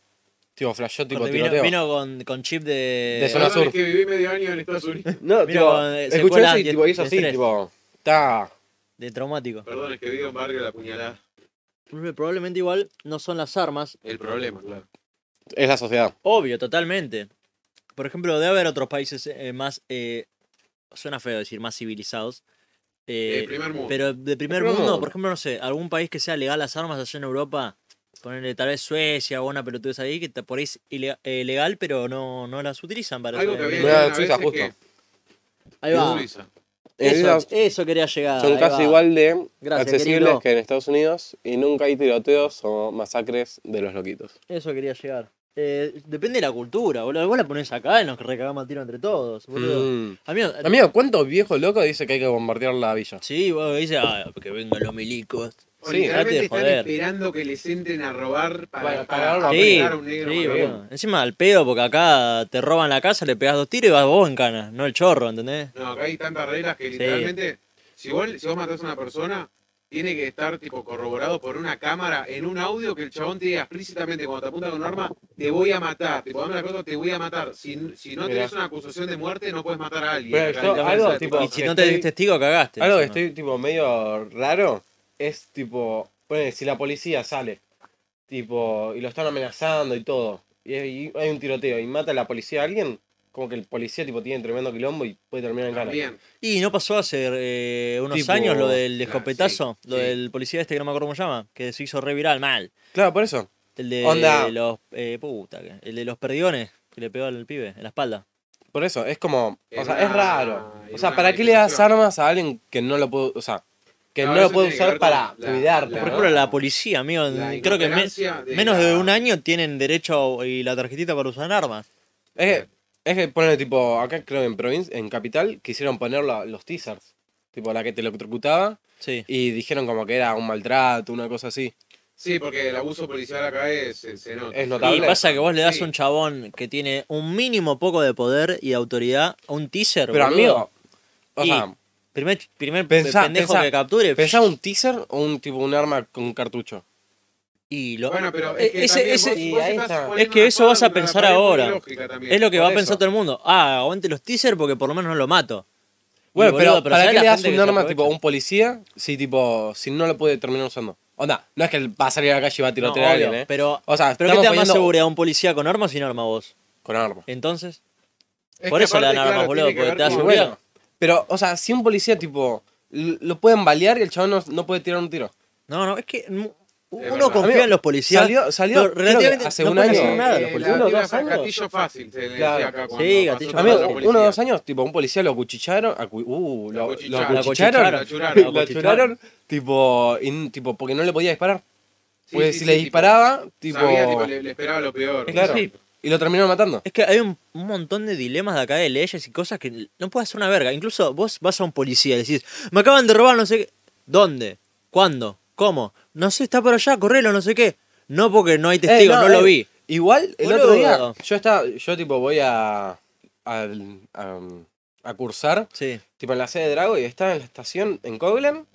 Tipo, flashó, tipo, Corte, tiroteo. vino, vino con, con chip de. De La zona verdad sur. es que viví medio año en Estados Unidos. No, Vino tipo, con, eh, escuchó secuela eso y tipo, hizo de así, estrés. tipo, ta. de traumático. Perdón, es que vivo en barrio la puñalada. Probablemente igual no son las armas, El problema, claro. Es la sociedad. Obvio, totalmente. Por ejemplo, debe haber otros países eh, más. eh, suena feo decir más civilizados. eh, el primer mundo. pero de primer primer mundo, mundo. por ejemplo, no sé, algún país que sea legal las armas allá en Europa, ponerle tal vez Suecia o una pelotudez ahí, que te- por ahí es ilega- eh, legal, pero no, no las utilizan para. Algo que había eh, Mira, leído en una Suiza, vez es que- Ahí va. en Suiza. En Eso, Suiza eso quería llegar. son ahí casi va. igual de Gracias, accesibles querido. que en Estados Unidos y nunca hay tiroteos o masacres de los loquitos. Eso quería llegar. Eh, depende de la cultura, boludo. Vos la ponés acá y nos recagamos al tiro entre todos, boludo. Mm. Amigo, Amigo, ¿cuántos viejos locos dice que hay que bombardear la villa? sí, vos dices, ah, que vengan los milicos. O dejate Sí, de literalmente están joder. esperando que les entren a Para- robar para, para, para darlo a Sí, apretar a un negro. sí, más boludo. bien. Encima al pedo, porque acá te roban la casa, le pegas dos tiros y vas vos en cana, no el chorro, ¿entendés? No, acá hay tantas reglas que literalmente, si, vos, si vos matás a una persona, tiene que estar tipo corroborado por una cámara en un audio que el chabón te diga explícitamente cuando te apunta con un arma, te voy a matar. Tipo, dame la cosa, te voy a matar. Si, si no Mirá. tenés una acusación de muerte, no puedes matar a alguien. Pero Acá yo- literalmente algo, es tipo, Y si que no te estoy- des testigo, cagaste. Algo que encima. estoy tipo medio raro es tipo, ponele, si la policía sale, tipo, y lo están amenazando y todo, y hay, hay un tiroteo y mata a la policía a alguien, como que el policía tipo tiene tremendo quilombo y puede terminar en cana. También. Y no pasó hace eh, unos Tipo- años lo del Claro, escopetazo, sí, lo sí. del policía este que no me acuerdo cómo se llama, que se hizo re viral, mal. Claro, por eso. El de Onda. los. eh, puta, que- el de los perdigones que le pegó al pibe en la espalda. Por eso, es como. O Es sea, una- es raro. O es sea, una ¿para qué le das manifestación. armas a alguien que no lo puede. O sea, que No, no, eso lo puede tiene que usar ver con para la- cuidarte? la- Por ¿no? ejemplo, la policía, amigo, La creo que me- ignorancia de menos de la- un año tienen derecho y la tarjetita para usar armas. Es que, es que ponele, tipo, acá creo que en provincia, en capital, quisieron poner la- los teasers. Tipo, la que te electrocutaba. Sí. Y dijeron como que era un maltrato, una cosa así. Sí, porque el abuso policial acá es, se- se nota. Es notable. Y pasa que vos le das Sí. a un chabón que tiene un mínimo poco de poder y de autoridad a un teaser, Pero boludo. amigo, o Y sea, Primer, primer pensá, pendejo pensá, que capture. pensá un teaser o un tipo un arma con cartucho. Y lo, Bueno, pero Eh, es que, ese- también ese- vos- y vos ahí estás está. poniendo Es que una eso vas a sola pensar pared muy ahora. lógica también. es lo que por va a eso. pensar todo el mundo. Ah, aguante los teasers porque por lo menos no lo mato. Y, Bueno, boludo, pero, ¿para ¿sabés qué la le das gente que un se arma aprovecha? tipo a un policía si tipo si no lo puede terminar usando? Onda, no es que él va a salir a la calle y va a No, tirotear a alguien, obvio, ¿eh? Pero, o sea, pero ¿qué estamos te da más poniendo- seguridad? ¿Un policía con arma o sin arma vos? Con arma. Entonces, Es por que eso le aparte, dan armas, claro, boludo, tiene que porque ver te da con- Y seguridad. bueno, pero, o sea, si un policía tipo l- lo pueden balear y el chabón no, no puede tirar un tiro. No, no, es que mm, uno verdad. confía Amigo, en los policías. salió- salió, pero creo que relativamente hace no un pueden año. hacer nada los Eh, la policías. uno o tira dos a años. gatillo fácil, se le decía Claro. acá Sí, cuando pasó gatillo con fácil. Amigo, la policía. uno o dos años, tipo, un policía lo acuchillaron. acu- uh, Lo lo, lo acuchillaron. Lo acuchillaron. acuchillaron. acuchillaron. Lo acuchillaron, tipo, y n- tipo, porque no le podía disparar. Sí, Porque sí, si sí, le tipo, disparaba, tipo. sabía, tipo, le, le esperaba lo peor. Es que Claro. sí, Y lo terminaron matando. Es que hay un, un montón de dilemas de acá de leyes y cosas que no puedes hacer una verga. Incluso vos vas a un policía y decís, me acaban de robar no sé qué. ¿Dónde? ¿Cuándo? ¿Cómo? No sé, está por allá, correlo, no sé qué. No porque no hay testigos, Eh, no, lo eh, vi. Igual, el Boludo. otro día, yo estaba, yo tipo voy a, al- a, a cursar, Sí. tipo en la sede de Drago, y estaba en la estación en Coglan,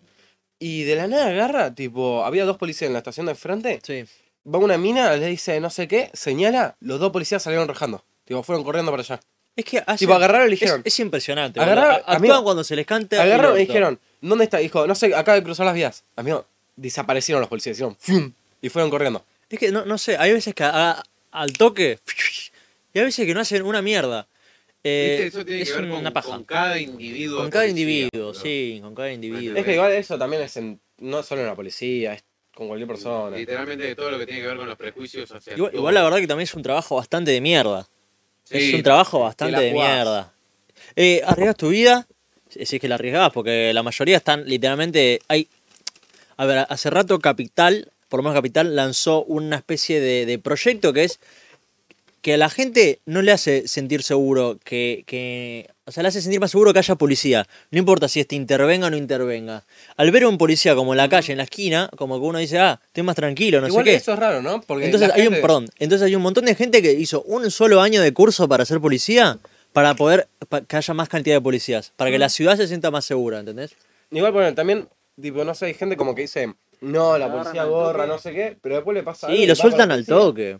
y de la nada agarra, tipo, había dos policías en la estación de enfrente, Sí. va una mina, le dice no sé qué, señala, los dos policías salieron rajando, tipo, fueron corriendo para allá. Es que hacen- Tipo, agarraron y le es, dijeron, es impresionante. Agarrar- boludo. A- Actúan amigo, cuando se les canta. el agarraron y orto. dijeron, ¿dónde está? Dijo, no sé, acaba de cruzar las vías. Amigo, desaparecieron los policías, hicieron, ¡fum! y fueron corriendo. Es que no, no sé, hay veces que a- a- al toque. Y hay veces que no hacen una mierda. Eh, ¿Viste? Eso tiene es que ver una con, paja. con cada individuo. Con cada policía, individuo, boludo. sí, con cada individuo. Es que igual eso también es en- no solo en la policía, es con cualquier persona. Literalmente de todo lo que tiene que ver con los prejuicios hacia Igual, todo. igual la verdad que también es un trabajo bastante de mierda. es Sí, un trabajo bastante la de jugás. mierda. Eh, arriesgas tu vida, si si es que la arriesgas, porque la mayoría están literalmente. Hay, a ver, hace rato Capital, por lo menos Capital, lanzó una especie de, de proyecto que es que a la gente no le hace sentir seguro, que, que- O sea, le hace sentir más seguro que haya policía. No importa si este intervenga o no intervenga. Al ver a un policía como en la calle, en la esquina, como que uno dice, ah, estoy más tranquilo, no Igual sé qué. eso es raro, ¿no? Porque Entonces la hay un, gente- perdón, entonces hay un montón de gente que hizo un solo año de curso para ser policía para poder pa- que haya más cantidad de policías, para que la ciudad se sienta más segura, ¿entendés? Igual, bueno, también, tipo, no sé, hay gente como que dice, no, la policía borra, no sé qué, pero después le pasa algo Sí, y lo va para sueltan la al policía. toque.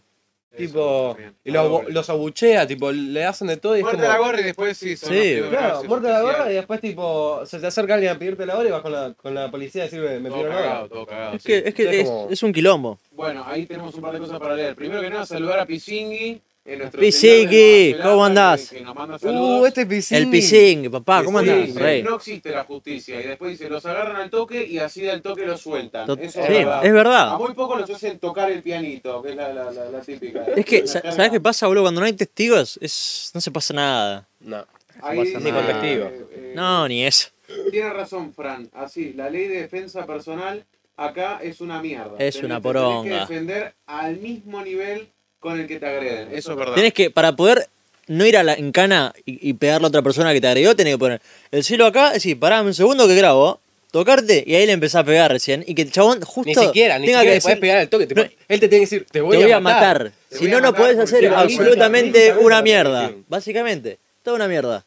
Tipo, Eso, y los, también. los abuchea, tipo, le hacen de todo y es Muerte como... la gorra y después sí. Son Sí. los pibes Claro, brazos muerte la gorra y especiales. después, tipo, se te acerca alguien a pedirte la hora y vas con la, con la policía a decirme, me pido Todo la hora. cagado, todo cagado. Es sí. que, es, que Es es, como- es un quilombo. Bueno, ahí tenemos un par de cosas para leer. Primero que nada, saludar a Pisingui. eh, nuestro Pisingui, señor de Nueva ¿cómo Zelanda, andás? que- que nos manda saludos. Uh, este piscina. El pising, papá, ¿cómo Sí, andás, dice, rey? No existe la justicia. Y después dice, los agarran al toque y así del toque los sueltan. To- sí, Eso es verdad. es A verdad. muy poco los hacen tocar el pianito, que es la, la, la, la típica. Es que, La sa- carga. ¿sabés qué pasa, boludo? Cuando no hay testigos, es, no se pasa nada. No. Ahí pasa dice, nada. Ni con eh, eh, No, ni eso. Tiene razón, Fran. Así, la ley de defensa personal acá es una mierda. Es Tenés- una te tenés poronga. que defender al mismo nivel con el que te agreden. Eso es verdad. Tenés que, para poder no ir a la encana y, y pegarle a otra persona que te agredió, tenés que poner el cielo acá, decir, parame un segundo que grabo, tocarte y ahí le empezás a pegar recién. Y que el chabón justo. Ni siquiera, ni tenga siquiera que le podés decir, pegar al toque. tipo, No. él te tiene que decir, te voy, Te voy a matar. Te Si voy a no, no matar podés porque hacer si no, absolutamente no, no, no, una no, mierda. no. Básicamente, toda una mierda.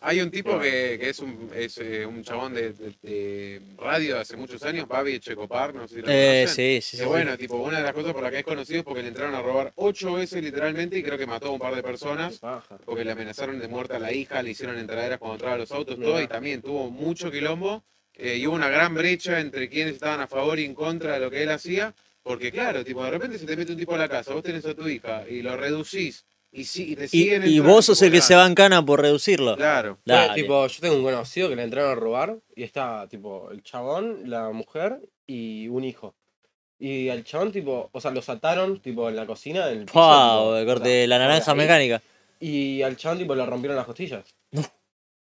Hay un tipo que, que es un es, eh, un chabón de, de- de radio de hace muchos años, Babi Checopar, no sé si lo Eh, sí, conocen. sí, sí. Que bueno, tipo, una de las cosas por las que es conocido es porque le entraron a robar ocho veces literalmente y creo que mató a un par de personas Paja. porque le amenazaron de muerte a la hija, le hicieron entraderas cuando entraba a los autos, todo, y también tuvo mucho quilombo. eh, y hubo una gran brecha entre quienes estaban a favor y en contra de lo que él hacía, porque claro, tipo, de repente se te mete un tipo a la casa, vos tenés a tu hija y lo reducís y, si, y te Y, siguen y entrando, vos sos tipo, el que se claro, va en cana por reducirlo. Claro. Bueno, Dale. tipo, yo tengo un conocido que le entraron a robar y está, tipo, el chabón, la mujer y un hijo. Y al chabón, tipo, o sea, los ataron, tipo, en la cocina. En el piso, Pau, tipo, el o sea, corte, la naranja ahí. mecánica. Y al chabón, tipo, le rompieron las costillas.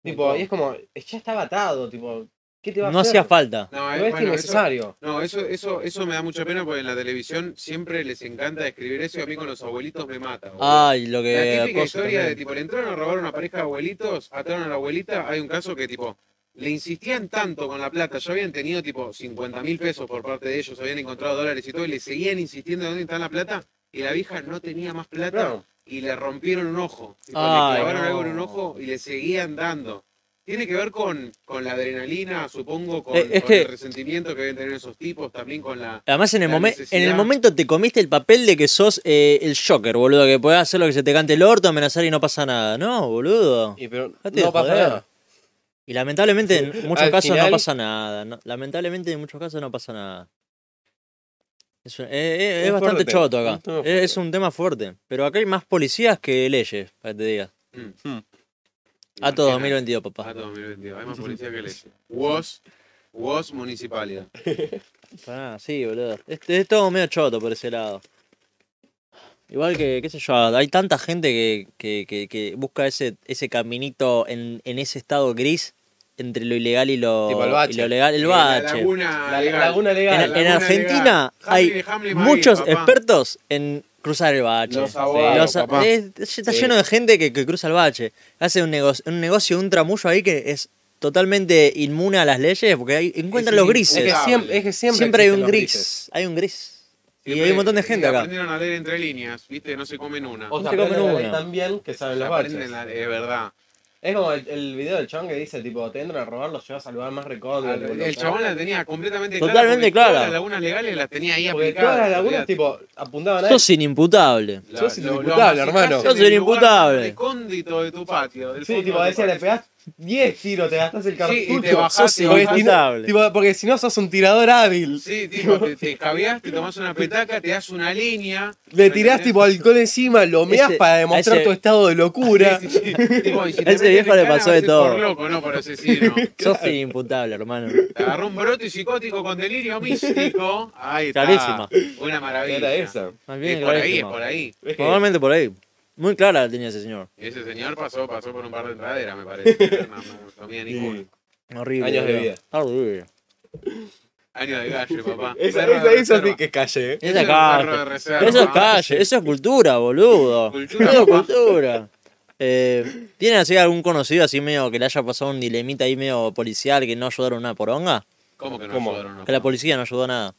tipo, y es como, ya estaba atado, tipo, ¿qué te va a No hacer? hacía falta. No, No eh, es bueno, eso- innecesario. No, eso, eso, eso me da mucha pena porque en la televisión siempre les encanta escribir eso y a mí con los abuelitos me mata. boludo. Ay, lo que. la típica acoso historia de también. tipo, le entraron a robar una pareja de abuelitos, ataron a la abuelita, hay un caso que tipo, le insistían tanto con la plata, ya habían tenido tipo 50 mil pesos por parte de ellos, habían encontrado dólares y todo, y le seguían insistiendo dónde está la plata, y la vieja no tenía más plata Claro. y le rompieron un ojo. Tipo, Ay, le clavaron no. algo en un ojo y le seguían dando. Tiene que ver con, con la adrenalina, supongo, con, Eh, es con que- el resentimiento que deben tener esos tipos, también con la... Además, en el, La momen- en el necesidad. momento te comiste el papel de que sos eh, el Joker, boludo. Que podés hacer lo que se te cante el orto, amenazar y no pasa nada. No, boludo. Y, pero, Dejate de no pasa joder. nada. Y lamentablemente en muchos Al casos no final- pasa nada. no- lamentablemente en muchos casos no pasa nada. Es, un- eh, eh, es Es bastante fuerte, choto acá. un tema Eh, Es, un tema fuerte. Pero acá hay más policías que leyes, para que te diga. mm. Hmm. A todo 2022, A papá. todo 2022. Hay más policía que leyes. WOS, WOS Municipalidad. Ah, sí, boludo. Es, es todo medio choto por ese lado. Igual que, qué sé yo, hay tanta gente que, que, que- que busca ese, ese caminito en, en ese estado gris entre lo ilegal y lo, Tipo el bache. y lo legal. El Eh, La bache. laguna La, legal. laguna En, legal. en laguna Argentina legal. hay Hamlet, Hamlet, Madrid, muchos papá. expertos en Cruzar el bache. Los abogados, Los- papá. es- está Sí. lleno de gente que, que cruza el bache. Hace un negocio, un negocio, un tramullo ahí que es totalmente inmune a las leyes porque ahí encuentran Es los in- grises. Es que siempre, es que siempre, Siempre hay existen un los gris. grises. Hay un gris. y Siempre- hay un montón de gente y acá. Aprendieron a leer entre líneas, ¿viste? No se comen una. O sea, Siempre aprenden comen la ley una. también que saben los baches. Aprenden la, es verdad. Es como el, el video del chabón que dice, tipo, te entran a robar, los llevas al lugar más recóndito. tipo, Ah, El, los el llevas- chabón la tenía completamente Totalmente clara. porque clara. Todas las lagunas legales las tenía ahí Porque aplicadas. todas las lagunas, olvidate. tipo, apuntaban a él. Sos inimputable. La- sos lo- lo inimputable, masacrás hermano. en Sos el lugar inimputable. más recóndito de tu patio. del Sí, fondo tipo, de tu decía, le patio. pegás 10 tiros, te gastás el cartucho. Sí, y te bajás, te Sos porque, si bajás. no, inimputable. tipo, porque si no sos un tirador hábil. Sí, tipo, te, te escabeás, te tomás una petaca, te das una línea. Le tirás tipo alcohol encima, lo meás Ese- para demostrar a ese- tu estado de locura. Sí, sí, sí. Tipo, y si te A ese meten viejo en le cana, pasó de vas a ir todo. Por loco, no por asesino. Sos inimputable, hermano. Te agarró un brote psicótico con delirio místico. Ahí está. Clarísima. Una maravilla. Era esa. Más bien Es por ahí, es clarísima. por ahí. Es que- Normalmente por ahí. Muy clara la tenía ese señor. Ese señor pasó, pasó por un par de entraderas, me parece. No, no comía ninguno. Sí. Horrible. Años de boludo. vida. Horrible. Año de <laughs> gallo, papá. Esa, Perro de esa, esa reserva. sí que es calle, eh. Esa es es un perro de calle. reserva, Eso es ¿no? calle. Eso es cultura, boludo. Cultura, Eso es papá. cultura. Eh, ¿Tienen así algún conocido así medio que le haya pasado un dilemita ahí medio policial que no ayudaron una poronga? ¿Cómo que no ¿Cómo? ayudaron? No? Que la policía no ayudó nada.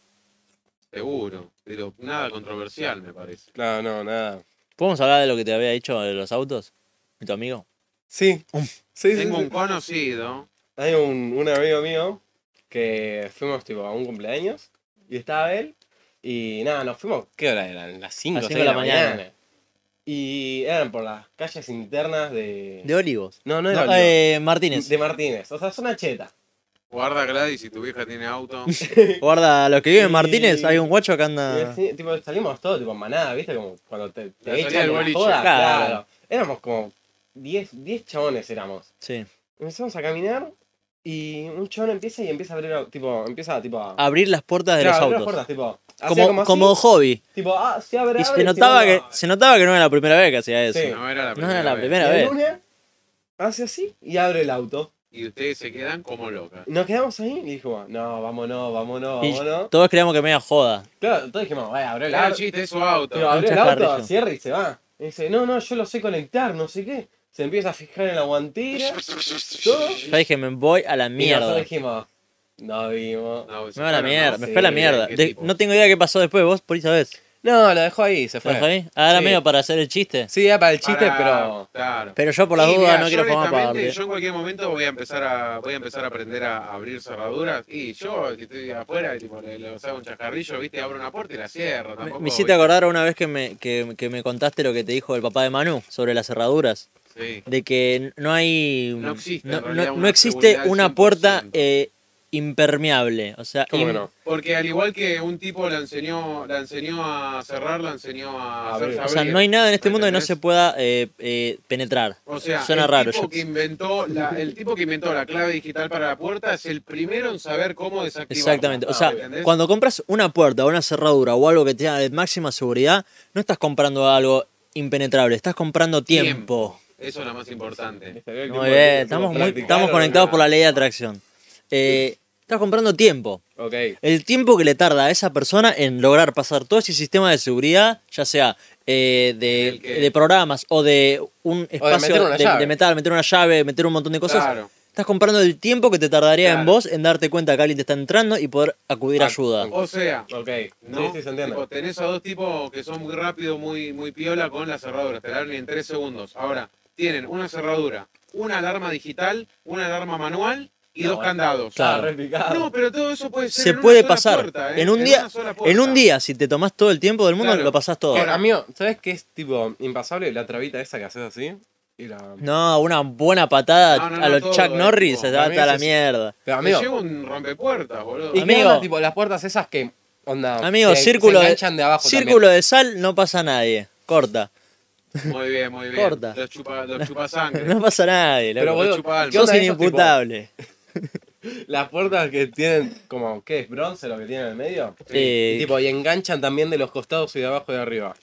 Seguro. Pero nada controversial, me parece. No, no, nada. ¿Podemos hablar de lo que te había dicho de los autos? ¿Y tu amigo? Sí. Sí, sí, Tengo sí. un conocido. Hay un, un amigo mío que fuimos tipo a un cumpleaños y estaba él y nada, nos fuimos, ¿qué hora eran? Las 5 Las seis cinco de la mañana. Y eran por las calles internas de... De Olivos. No, No, no era Olivos, eh, Martínez. De Martínez, o sea, zona cheta. Guarda Gladys si tu vieja <laughs> tiene auto. Guarda, los que viven en Y- Martínez, hay un guacho que Y anda. así, tipo, salimos todos tipo en manada, ¿viste? Como cuando te, te La salida echan del de la boliche. joda, Claro. claro. Éramos como 10 10 chabones éramos. Sí. Empezamos a caminar y un chabón empieza y empieza a abrir, tipo, empieza tipo a... Abrir las puertas Ah, de Claro, abrir los las autos. puertas, tipo, hacía Como, así. como hobby. Tipo, ah, se abre, Y abre, se notaba, abre, que, abre. se notaba que no era la primera vez que hacía eso. Sí. No era la No primera. era la vez. primera Y vez. Luna hace así y abre el auto. Y ustedes se quedan como locas. Nos quedamos ahí y dijimos, no, vámonos, vámonos, Y vámonos. todos creíamos que me iba joda. Claro, todos dijimos, vaya, abre el Claro, auto. chiste, es su Digo, auto. abre el Muchas auto, parrillas. cierra y se va. Y dice, no, no, yo lo sé conectar, no sé qué. Se empieza a fijar en la guantera. <laughs> todo. Y Yo dije, me voy a la nosotros mierda. dijimos, no vimos. No, Me voy a la fueron, mierda, ¿no? me fue a la Sí, mierda. qué De- tipo. no tengo idea qué pasó después, vos por ahí sabés. No, lo dejó ahí, se ¿Lo dejó ahí? Ah, era Sí. medio para hacer el chiste. Sí, era para el Pará, Claro. Pero yo por la Y duda mirá, no yo quiero formar honestamente, parte. Yo en cualquier momento voy a empezar a voy a empezar a aprender a abrir cerraduras y yo que estoy afuera tipo le, le hago un chascarrillo, viste, abro una puerta y la cierro, Me, tampoco. me hiciste viste. acordar una vez que me, que, que me contaste lo que te dijo el papá de Manu sobre las cerraduras. Sí. De que no hay. No existe, en no- no- realidad, una no existe seguridad una 100%. puerta eh, impermeable. O sea, ¿Cómo im- que no? Porque al igual que un tipo la enseñó, la enseñó a cerrar, la enseñó a Abrir. hacerse o sea, abrir, no hay nada en este mundo que no ¿entendés? se pueda eh, eh, penetrar. O sea, Suena el, raro, tipo yo- que inventó la, el tipo que inventó la clave digital para la puerta es el primero en saber cómo desactivarla. Exactamente. O sea, ¿entendés? cuando compras una puerta o una cerradura o algo que tenga de máxima seguridad, no estás comprando algo impenetrable, estás comprando tiempo. Eso es lo más importante. Muy bien, estamos, muy- estamos conectados por la ley de atracción. Eh, estás comprando tiempo. Ok. El tiempo que le tarda a esa persona en lograr pasar todo ese sistema de seguridad, ya sea eh, El que- de, de programas o de un meter espacio una de, llave. de metal, meter una llave, meter un montón de cosas, Claro. estás comprando el tiempo que te tardaría en Claro. vos en darte cuenta que alguien te está entrando y poder acudir a Ah, ayuda. O sea, Ok. ¿no? Sí, sí, se entiende. Tipo, tenés a dos tipos que son muy rápidos, muy, muy piola con las cerraduras. Te la abren en tres segundos. Ahora, tienen una cerradura, una alarma digital, una alarma manual y No, dos bueno. candados. Claro. Ah, replicado. No, pero todo eso puede ser. se en una puede sola pasar. puerta, ¿eh? En un día, una sola en un puerta. día, si te tomás todo el tiempo del mundo, Claro. lo pasás todo. Eh, amigo, ¿sabes qué es tipo impasable? La trabita esa que haces así. Y la... No, una buena patada No, no, a no, los todo, Chuck eh, Norris, tipo, se para va mí hasta eso la es- mierda. Pero Me amigo. llevo un rompepuertas, boludo. ¿Y qué Amigo. onda, tipo las puertas esas que onda Amigo, se- círculo, de, se enganchan de abajo círculo de sal no pasa a nadie. Corta. Muy bien, muy bien. Corta. Los chupa, los <laughs> chupasangre. No pasa a nadie. Pero, loco. boludo, chupa alma. ¿qué onda Sos esos, tipo, inimputable. Las puertas que tienen como ¿qué es bronce lo que tienen en el medio? Eh, Y tipo y enganchan también de los costados y de abajo y de arriba.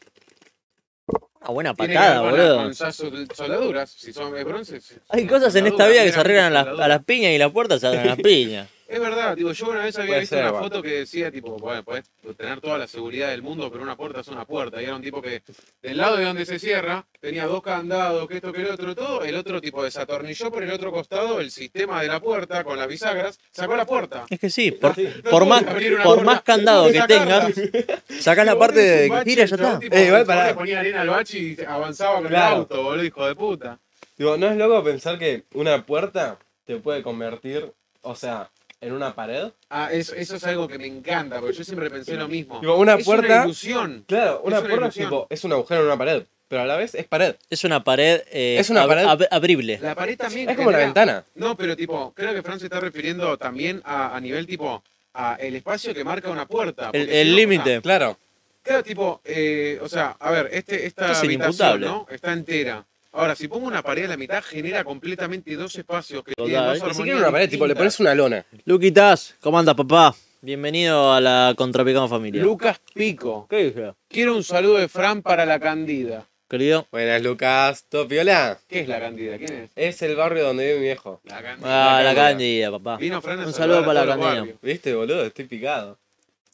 una Ah, buena Tiene que ver patada, con- boludo. Con sol- soldaduras, si son de bronce. Hay cosas en esta vida que se arreglan a las, a las piñas y las puertas se arreglan a las piñas. Es verdad, digo, yo una vez había Puede visto ser, una bueno. foto que decía, tipo, bueno, puedes tener toda la seguridad del mundo, pero una puerta es una puerta. Y era un tipo que, del lado de donde se cierra, tenía dos candados, que esto, que el otro, todo. El otro tipo desatornilló por el otro costado el sistema de la puerta con las bisagras, sacó la puerta. Es que sí, por, No por puedes más, abrir una por puerta, más candado que tenés que tengas, sacás la Tipo, parte pones de un que bache, gira y ya el chabón, está. tipo, Eh, igual, el chabón pará. Le ponía arena al bache y avanzaba con Claro. el auto, boludo, hijo de puta. Digo, ¿no es loco pensar que una puerta te puede convertir, o sea, en una pared? Ah, eso, eso es algo que me encanta, porque yo siempre pensé lo mismo. Digo, una es puerta- una ilusión. Claro, una una puerta es ilusión. tipo, es un agujero en una pared, pero a la vez es pared. Es una pared, eh, Es una ab- pared. ab- abrible. La pared también. Es como la genera- ventana. No, pero tipo, creo que Fran se está refiriendo también a, a nivel tipo, a el espacio que marca una puerta. porque El- si El no, o límite. sea, Claro. claro, tipo, eh, o sea, a ver, este, Esto esta es habitación, inimputable. ¿no? Está entera. Ahora, si pongo una pared a la mitad, genera completamente dos espacios que Total. tienen Ni dos Ni armonías siquiera una pared, tipo, le distintas. pones una lona. Luquitas, ¿cómo andas, papá? Bienvenido a la Contrapicado Familia. Lucas Pico. ¿Qué dije? Quiero un saludo de Fran para la Candida. Querido. Buenas, Lucas. ¿Todo piola? ¿Qué es la Candida? ¿Quién es? Es el barrio donde vive mi viejo. La Candida. Ah, la Candida. candida, papá. Vino Fran a Un saludar saludo a para la todos los Candida. barrios. ¿Viste, boludo? Estoy picado.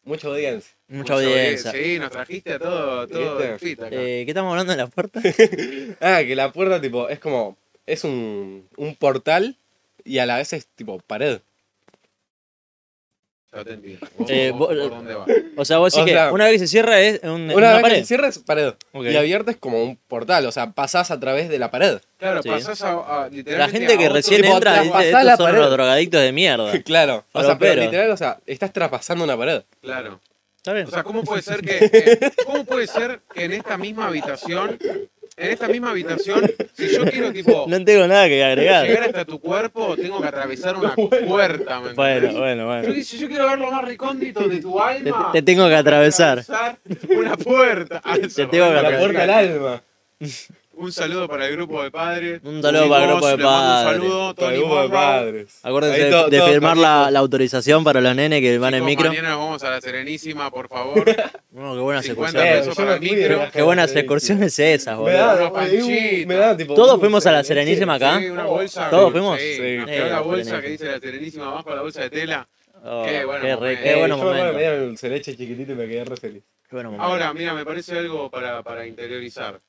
Mucha audiencia. <laughs> Mucha audiencia. Sí, nos trajiste a todo, todo ¿Viste? el fit acá. Eh, ¿Qué estamos hablando de la puerta? Ah, que la puerta, tipo, es como, es un, un portal y a la vez es, tipo, pared. Ya te entendí. Vos- Eh, vos- vos- ¿Por dónde va? O sea, vos O sí que sea, una vez que se cierra es un- Una una vez que pared. se cierra es pared. Ok. Y abierta es como un portal, o sea, pasás a través de <laughs> la pared. Claro, Sí. pasás a, a- literalmente La gente a que otro- recién tipo, entra dice, traspasás estos la son pared". los drogadictos de <laughs> mierda. Claro. O sea, pero Falopero. literal, o sea, estás traspasando una pared. Claro. ¿Está bien? O sea, ¿cómo <laughs> puede ser que eh, cómo puede ser que en esta misma habitación, en esta misma habitación, si yo quiero tipo No tengo nada que agregar. llegar hasta tu cuerpo, tengo que atravesar una puerta, ¿me Bueno, entendés? bueno, bueno. Yo, si yo quiero ver lo más recóndito de tu Te, alma, te tengo que atravesar. atravesar una puerta. Ah, eso, tengo que bueno, La Claro. puerta al alma. Un saludo para el grupo de padres. Un saludo para el grupo de Le mando Un padres. saludo, Para Tony el grupo de Monroe. padres. Acuérdense Ahí de, to- de todos firmar la, contentos. la autorización para los nenes que van en Chicos, micro. Mañana nos vamos a la Serenísima, por favor. No, qué buenas 50 excursiones. Eh, pesos yo para me el fui micro. de- Qué buenas excursiones esas, Me boludo. da, Una me di panchita. un- me da, tipo, Todos un fuimos a la serenito. Serenísima <laughs> acá. Sí, una bolsa. ¿Todos fuimos? Sí. Sí. nos Sí, quedó la la bolsa tenemos. que dice la Serenísima abajo, la bolsa de tela. Oh, Qué bueno qué, momento. qué Eh, bueno yo me acuerdo momento. que me dieron el cereche chiquitito y me quedé re feliz. Qué bueno momento. Ahora, mira, me parece algo para, para interiorizar.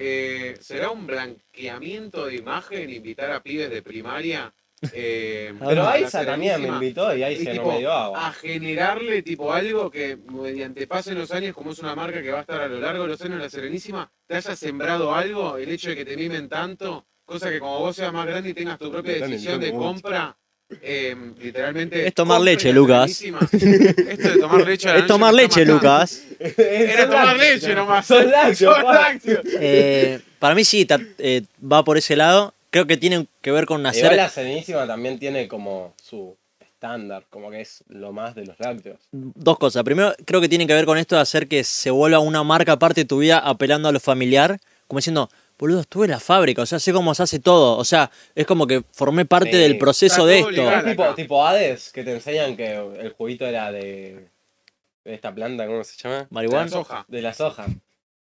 Eh, ¿Será un blanqueamiento de imagen invitar a pibes de primaria? <laughs> Eh, Pero a Pero la Aiza también me Serenísima? invitó y Y Aiza no tipo, ah, me dio <laughs> agua. a generarle tipo algo que mediante pasen los años, como es una marca que va a estar a lo largo de los años la Serenísima, te haya sembrado algo, el hecho de que te mimen tanto, cosa que como vos seas más grande y tengas tu propia Dale, decisión dale, de vos. compra, eh, literalmente... Es tomar compren leche, la Lucas. Serenísima. Esto de tomar leche... a la <laughs> Es noche tomar me leche, está matando. Lucas. Era Era tomar leche nomás. Son lácteos, Son pa. lácteos. Eh, para mí sí, ta- eh, va por ese lado. Creo que tiene que ver con Igual nacer. la Serenísima también tiene como su estándar, como que es lo más de los lácteos. Dos cosas. Primero, creo que tiene que ver con esto de hacer que se vuelva una marca aparte de tu vida apelando a lo familiar, como diciendo, boludo, estuve en la fábrica, o sea, sé cómo se hace todo. O sea, es como que formé parte Sí. del proceso de esto. Está todo ligado. Es Claro, tipo, acá. tipo Hades, que te enseñan que el juguito era de, de esta planta, ¿cómo se llama? La Marihuana. soja. De la soja.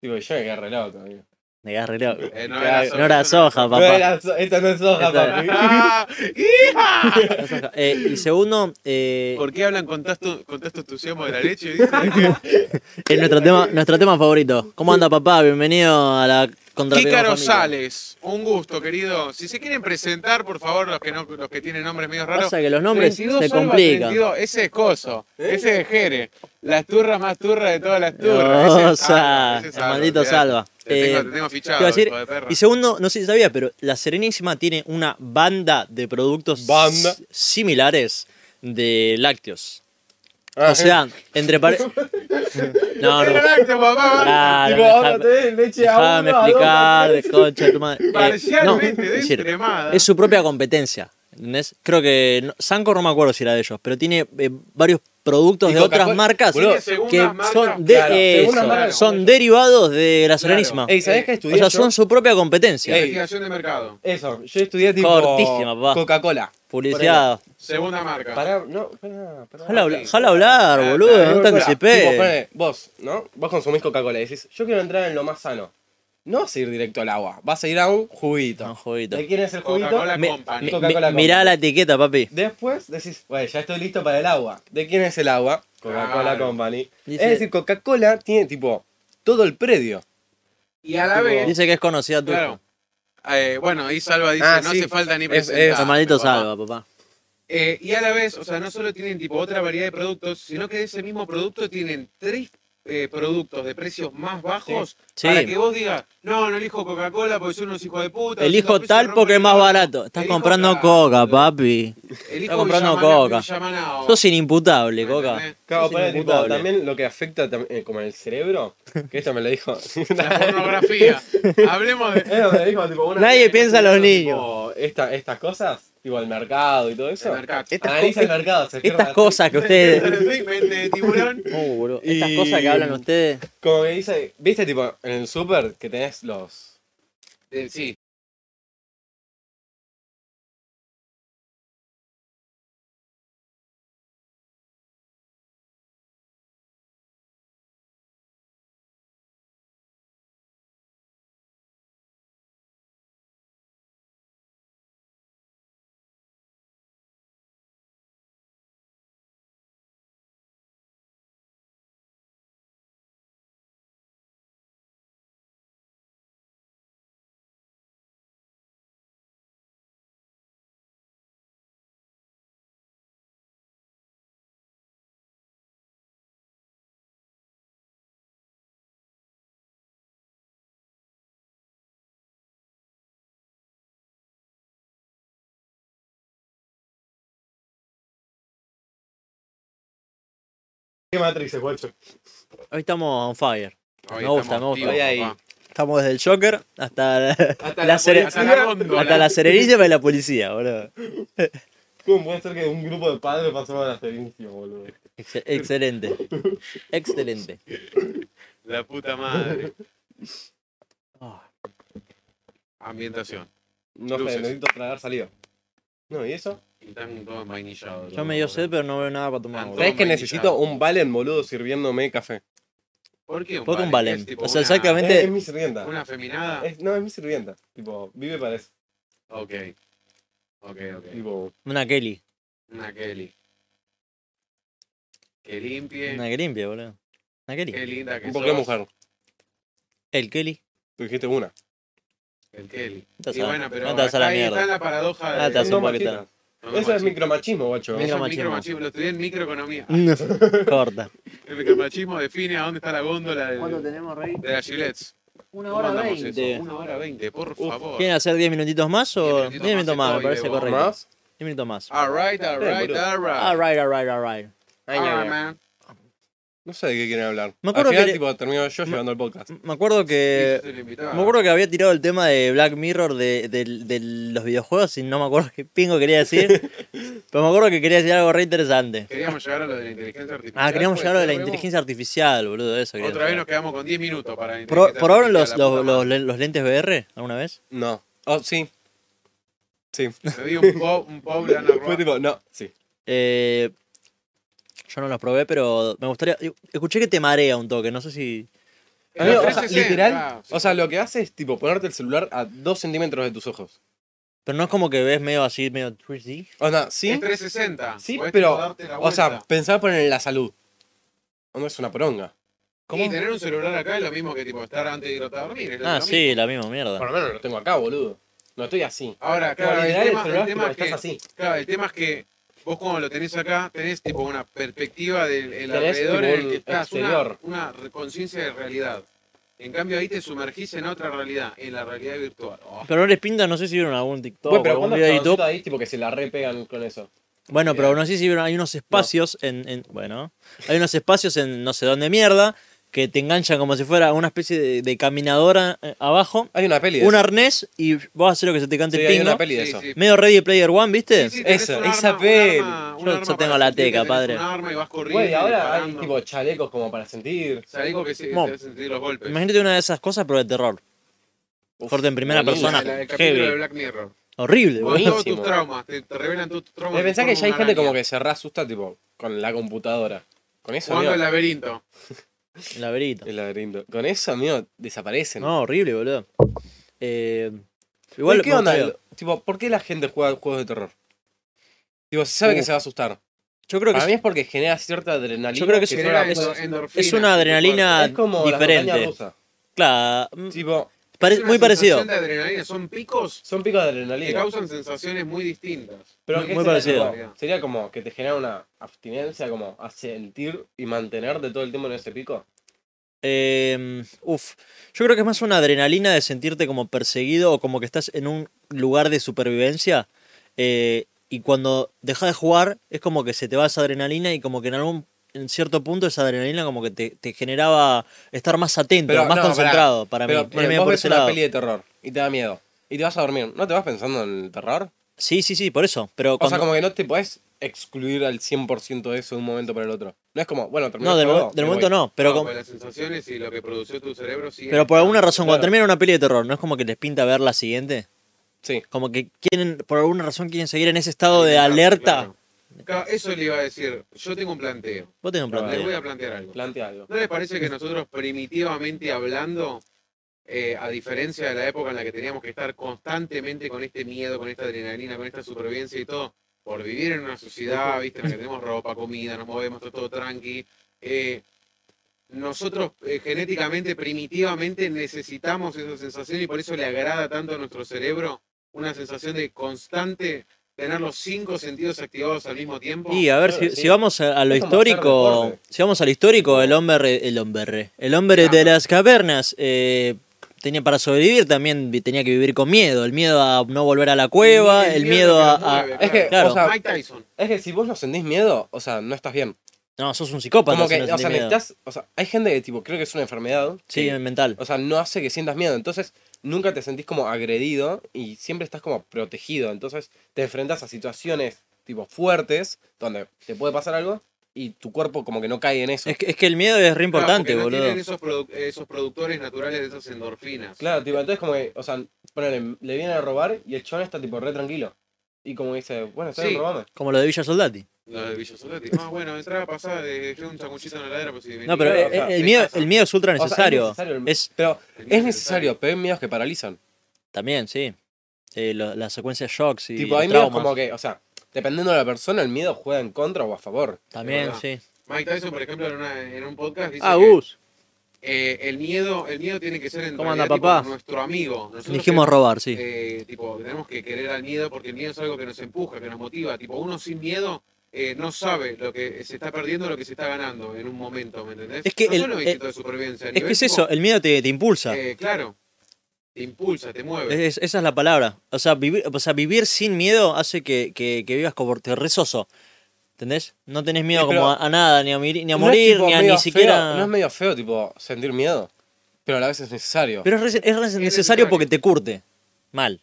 Tipo, yo me quedé re loco, amigo. Me cagás re loco. Eh, no era soja, No era eso no soja, No papá. era so- esta no es soja, Esta- papi. ¡Ah! ¡Hija! Era soja. Eh, y segundo, eh, ¿Por qué hablan con tanto, con tanto entusiasmo de la leche? ¿viste? es nuestro tema, nuestro tema favorito. ¿Cómo anda, papá? Bienvenido a la contra. Kícaro Sales, un gusto, querido. Si se quieren presentar, por favor, los que no, los que tienen nombres medio raros. Pasa que los nombres 32 se Alba complican. 32, ese es Coso, ese es Jere, la turra más turra de todas las turras. ese es Cosa, Alba, ese es el Alba, maldito olvidate. salva. Te, Eh, tengo, te tengo fichado, Te iba a decir, hijo de perra. y segundo, no sé si sabía, pero la Serenísima tiene una banda de productos Banda. s- similares de lácteos. Ah, O sea, entre pares. No, no. Exacto, papá. Claro, tipo, ahora dejá- te den leche a déjame uno, a dos, a explicar, tres. concha de tu <laughs> madre. Eh, no, Parcialmente es de decir, extremada. es su propia competencia. ¿entendés? Creo que no- Sanco no me acuerdo si era de ellos, pero tiene eh, varios productos Y de otras Coca-Cola, marcas boludo, que Tiene son, segundas marcas, de claro, eso, segundas marcas son como ellos. derivados de la Serenísima. <laughs> Ey, ¿sabés qué eh, o estudié sea, yo? son su propia competencia. Ey. Investigación de mercado, Eso, yo estudié tipo Cortísima, papá. Coca-Cola. Publicidad. segunda marca. Pará, no, pará, pará. Jala, habla- Sí. jala hablar, Ah, boludo, Pará, no te pará. Tipo, anticipé. ponele, vos, ¿no? Vos consumís Coca-Cola y decís, yo quiero entrar en lo más sano. no vas a ir directo al agua, vas a ir a un juguito. Un juguito. ¿De quién es el juguito? Coca-Cola Mi- Company. mi- Coca-Cola mi- mirá la etiqueta, papi. Después decís, bueno, ya estoy listo para el agua. ¿De quién es el agua? Coca-Cola Claro. Company. Dice- Es decir, Coca-Cola tiene tipo todo el predio. Y a la vez. Dice que es conocida tu Claro. Eh, bueno, ahí Salva dice, Ah, no sí. hace falta ni Es- es- presentar. Hermanito papá. Salva, papá. Eh, y a la vez, o sea, no solo tienen tipo otra variedad de productos, sino que de ese mismo producto tienen tres eh, productos de precios más bajos Sí. para que vos digas, no, no elijo Coca-Cola porque son unos hijos de puta. los Elijo hijos de puta se tal rompen porque es el más orto". barato. Estás Elijo comprando tal. coca, papi. Elijo Estás comprando Villamanao, coca. Villamanao. Sos inimputable, ¿Me coca. entendés? Claro, Es ponele, tipo, inimputable. también lo que afecta tam- eh, como el cerebro, que esto me lo dijo. <laughs> <laughs> La <laughs> pornografía. Hablemos de. Eso me lo dijo, tipo, una- Nadie piensa en los tipo, esta- estas cosas, tipo el mercado y todo de eso. mercado. <laughs> Estas Analiza el cosas, mercado, se cierra estas la- cosas que ustedes. Mente de tiburón. Uh, boludo. Y- Estas cosas que hablan ustedes. Como que dice, viste tipo en el super que tenés los. Eh, Sí. ¿Qué matrices, guacho? Hoy estamos on fire. Hoy Me gusta, estamos me gusta. activos, Hoy hay- papá. Estamos desde el Joker hasta la, Hasta <laughs> la la cere- Hasta la góndola. hasta la serenísima y la policía, boludo. ¿Cómo puede ser que un grupo de padres pasó a la experiencia, boludo? Ex- excelente. Excelente. La puta madre. Ambientación. No Luces. sé, necesito tragar salido. No, ¿y eso? Y están todos vainillados. Yo me dio sed, pero no veo nada para tomar. boludo. Tanto- ¿Sabes que vainilla. necesito un Valen, boludo, sirviéndome café? ¿Por qué un ¿Por qué un valen? valen? Es tipo O sea, una- Es, exactamente- Vente. es mi sirvienta. ¿Una feminada? Es- no, es mi sirvienta. Tipo, vive para eso. Ok. Ok, ok. Tipo, Una Kelly. Una Kelly. Que limpie. Una que limpia, boludo. Una Qué Kelly. linda que ¿por qué sos. mujer? El Kelly. Tú dijiste una. El Kelly. No te Y vas a- bueno, pero no te vas a la ahí mierda. está la paradoja de... Ah, te hace Son un poquito. machistas. No, no, Eso es machismo. micromachismo, guacho. Eso es Micromachismo. Mm. micromachismo. Lo estudié en microeconomía. Corta. El micromachismo define a dónde está la góndola del- tenemos, Rey? de la Gillette. Una ¿Cómo andamos eso? Una hora veinte, por favor. ¿Quieren hacer 10 minutitos más o 10 Diez minutos, minutitos más más? de Me parece hoy, de correcto. ¿Más? 10 minutos más. Ah, Alright, alright, boludo. alright. Alright, alright, alright. Ay, ña, ña. Ah, man. No sé de qué quieren hablar. Me acuerdo Al final, que- tipo, termino yo Me- llevando el podcast. Me acuerdo que. Sí, soy el invitado. Eh, Me acuerdo que había tirado el tema de Black Mirror de, de- de los videojuegos y no me acuerdo <laughs> qué pingo quería decir. pero me acuerdo que quería decir algo re interesante. Queríamos llegar a lo de la inteligencia artificial. Ah, queríamos pues, llegar a lo de la pero inteligencia artificial, boludo, eso. vemos- quería Otra vez llegar. nos quedamos con 10 minutos para la ¿Pro- inteligencia ¿Probaron los, artificial, la los, puta los- los lentes VR alguna vez? No. Oh, sí. Sí. madre. Me dio un pop, un pop de Ana <laughs> Roa. Fue tipo, no, sí. Eh, yo no los probé, pero me gustaría. Escuché que te marea un toque, no sé si. En Amigo, la o sea, 360, literal, ah, sí. o sea, lo que hace es tipo ponerte el celular a 2 centímetros de tus ojos. Pero no es como que ves medio así, medio 3D. O sea, sí, Es 360. sí, Este, podés tipo pero, darte la o sea, vuelta. pensar por en la salud. No es una poronga. Y tener un celular acá es lo mismo que tipo estar antes de ir a dormir. es lo Ah, mismo. sí, la misma mierda. Por lo menos lo tengo acá, boludo. No estoy así. Ahora, Como claro, el ideal tema, el el celular tema tipo, es que, estás así. claro, el tema es que vos cuando lo tenés acá, tenés tipo una perspectiva del el Tenés, alrededor tipo, en el que un estás, una, exterior. una re- conciencia de realidad. En cambio ahí te sumergís en otra realidad, en la realidad virtual. Oh, Pero no les pinta, no sé si vieron algún TikTok Bueno, o pero algún cuando video de YouTube. ahí, tipo que se la repegan con eso. Bueno, pero no sé si vieron, hay unos espacios en, en- Bueno, hay unos espacios en no sé dónde mierda que te enganchan como si fuera una especie de, de caminadora eh, abajo, Hay una peli de un eso. arnés y vos hacer lo que se te cante Sí, el hay pingo. una peli de Sí, eso. sí. Medio Ready Player One, ¿viste? Sí, sí, tenés esa- un esa arma- un peli. arma- un Yo- yo arma tengo para la sentir que teca, tenés padre. Un arma y vas corriendo. Güey, y ahora hay disparando. tipo chalecos como para sentir. O sea, algo que se, Mom. te hace sentir los golpes. Imagínate una de esas cosas, pero de terror. Corte en primera buenísimo. persona. La- la- el capítulo de Heavy. Black Mirror. Horrible, Con boludo. todos buenísimo. tus traumas, te, te revelan todos tus traumas. Me Eh, pensás como que ya hay una gente como araña. que se reasusta tipo con la computadora. Con eso, Jugando amigo. al laberinto. El laberinto. El laberinto. Con eso, amigo, desaparecen. No, horrible, boludo. Eh, Igual, igual ¿Qué me onda? gustaría- Tipo, ¿por qué la gente juega juegos de terror? Tipo, se sabe que Uf. se va a asustar. Yo creo que Para es- mí es porque genera cierta adrenalina. Yo creo que es genera- una- es, es- endorfinas pues, es una adrenalina es como diferente. diferente. Claro, mm, Tipo, pare- Es una muy parecido. sensación de adrenalina. Son picos son picos de que adrenalina. causan sensaciones muy distintas. Pero muy- ¿qué muy sería, parecido. tipo? Sería como que te genera una abstinencia como a sentir y mantenerte todo el tiempo en ese pico. Eh, uf, yo creo que es más una adrenalina de sentirte como perseguido o como que estás en un lugar de supervivencia. eh, y cuando dejas de jugar, es como que se te va esa adrenalina y como que en algún en cierto punto esa adrenalina como que te, te generaba estar más atento, Pero, más no, pará. concentrado para Pero mí. ponele, Mira, vos por ves ese una lado. peli de terror y te da miedo. Y te vas a dormir. ¿No te vas pensando en el terror? Sí, sí, sí, por eso. Pero O sea, cuando- como que no te podés excluir al 100% de eso de un momento para el otro. No es como, bueno, terminé no, el del, juego, mo- del me momento voy. no, pero No, como- pues las sensaciones y lo que produció tu cerebro sigue pero por alguna razón cuando Claro. termina una peli de terror, no es como que les pinta ver la siguiente, Sí. como que quieren por alguna razón quieren seguir en ese estado de Claro, alerta. claro. Claro, Eso le iba a decir. Yo tengo un planteo. Vos tenés un Claro. planteo. Les voy a plantear algo. Plantea algo. ¿No les parece que nosotros primitivamente hablando, eh, a diferencia de la época en la que teníamos que estar constantemente con este miedo, con esta adrenalina, con esta supervivencia y todo, por vivir en una sociedad, viste, en la que tenemos ropa, comida, nos movemos, todo, todo tranqui, eh, nosotros eh, genéticamente, primitivamente necesitamos esa sensación y por eso le agrada tanto a nuestro cerebro una sensación de constante tener los cinco sentidos activados al mismo tiempo? Y a ver, Claro, si, sí. si vamos a, a lo Es como hacer histórico, deporte. si vamos al histórico, el hombre, re- el hombre, re- el hombre de Claro. las cavernas eh, tenía para sobrevivir también vi- tenía que vivir con miedo, el miedo a no volver a la cueva, el, miedo, que a, nos a- mueve, es que, claro. o sea, Mike Tyson. es que si vos no sentís miedo, o sea, no estás bien. no, sos un psicópata, Como si que, no o sea, sentís miedo. necesitas, o sea, hay gente que tipo, creo que es una enfermedad. sí, que, mental. O sea, no hace que sientas miedo. Entonces, nunca te sentís como agredido y siempre estás como protegido. Entonces, te enfrentas a situaciones tipo fuertes donde te puede pasar algo y tu cuerpo como que no cae en eso. Es que, es que el miedo es re Claro, importante, porque no boludo. Tienen esos, produ- esos productores naturales de esas endorfinas. Claro, tipo, entonces como que, o sea, ponele, le vienen a robar y el chabón está tipo re tranquilo. Y como dice, bueno, está bien, Sí. robame. Como lo de Villa Soldati. Lo de Villa Soldati. Ah, bueno, entraba pasada, le dejé un sanguchito en la ladera. Pues, si venía, No, pero Claro, eh, o eh, sea, el, te miedo, casa. el miedo es ultra O sea, necesario. es necesario el- es Pero El miedo es necesario, pero hay miedos que paralizan. también, sí. Eh, lo- las secuencias shocks y tipo, los hay miedos traumas. como que, o sea, dependiendo de la persona, el miedo juega en contra o a favor. También, Es sí. Mike Tyson, por ejemplo, en, una- en un podcast dice Ah, que Gus, eh, el, miedo, el miedo tiene que ser en ¿Cómo realidad, anda, tipo, papá? nuestro amigo. Nosotros dijimos tenemos- robar, sí. eh, tipo, tenemos que querer al miedo porque el miedo es algo que nos empuja, que nos motiva. Tipo, uno sin miedo eh, no sabe lo que se está perdiendo, lo que se está ganando en un momento, ¿me entendés? Es que no el- solo eh, instinto de supervivencia. a Es nivel, que es tipo, eso, el miedo te, te impulsa. eh, claro, te impulsa, te mueve. Es- esa es la palabra. O sea, vivir, o sea, vivir sin miedo hace que, que, que vivas como te rezoso. ¿Entendés? No tenés miedo Sí, pero- como a, a nada, ni a, morir- ni a No es, morir, tipo, ni a medio ni feo- siquiera. no es medio feo, tipo, sentir miedo, pero a la vez es necesario. Pero es, re- es re necesario necesario. porque te curte. Mal.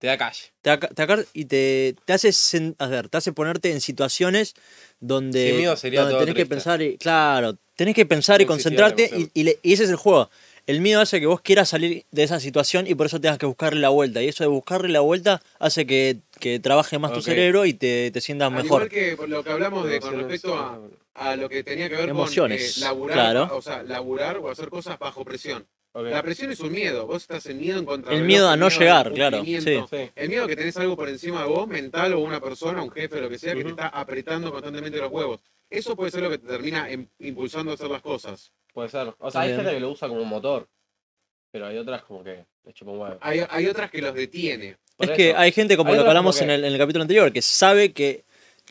Te da calle. Te, aca- te acar- y te, te hace sen- a ver, te hace ponerte en situaciones donde, Sin miedo sería donde todo tenés que triste. pensar y. Claro, tenés que pensar y No existiría concentrarte la y, emoción. y le- y ese es el juego. El miedo hace que vos quieras salir de esa situación y por eso tengas que buscarle la vuelta. Y eso de buscarle la vuelta hace que, que trabaje más Ok. tu cerebro y te, te sientas Al mejor. igual que por lo que hablamos de con Pero, respecto a, a lo que tenía que ver Emociones, con eh, laburar, claro. o sea, laburar o hacer cosas bajo presión. ok. La presión es un miedo, vos estás en miedo en contra El miedo a no llegar, claro, Sí. El miedo que tenés algo por encima de vos, mental o una persona, un jefe, lo que sea, que te Ujú. está apretando constantemente los huevos. Eso puede ser lo que te termina em- impulsando a hacer las cosas. Puede ser. O sea, hay Bien. gente que lo usa como motor. Pero hay otras como que le chupa un huevo. Hay, hay otras que los detiene. Por es que eso, hay gente, como Hay lo que otros hablamos como en, que- el, en el capítulo anterior, que sabe que,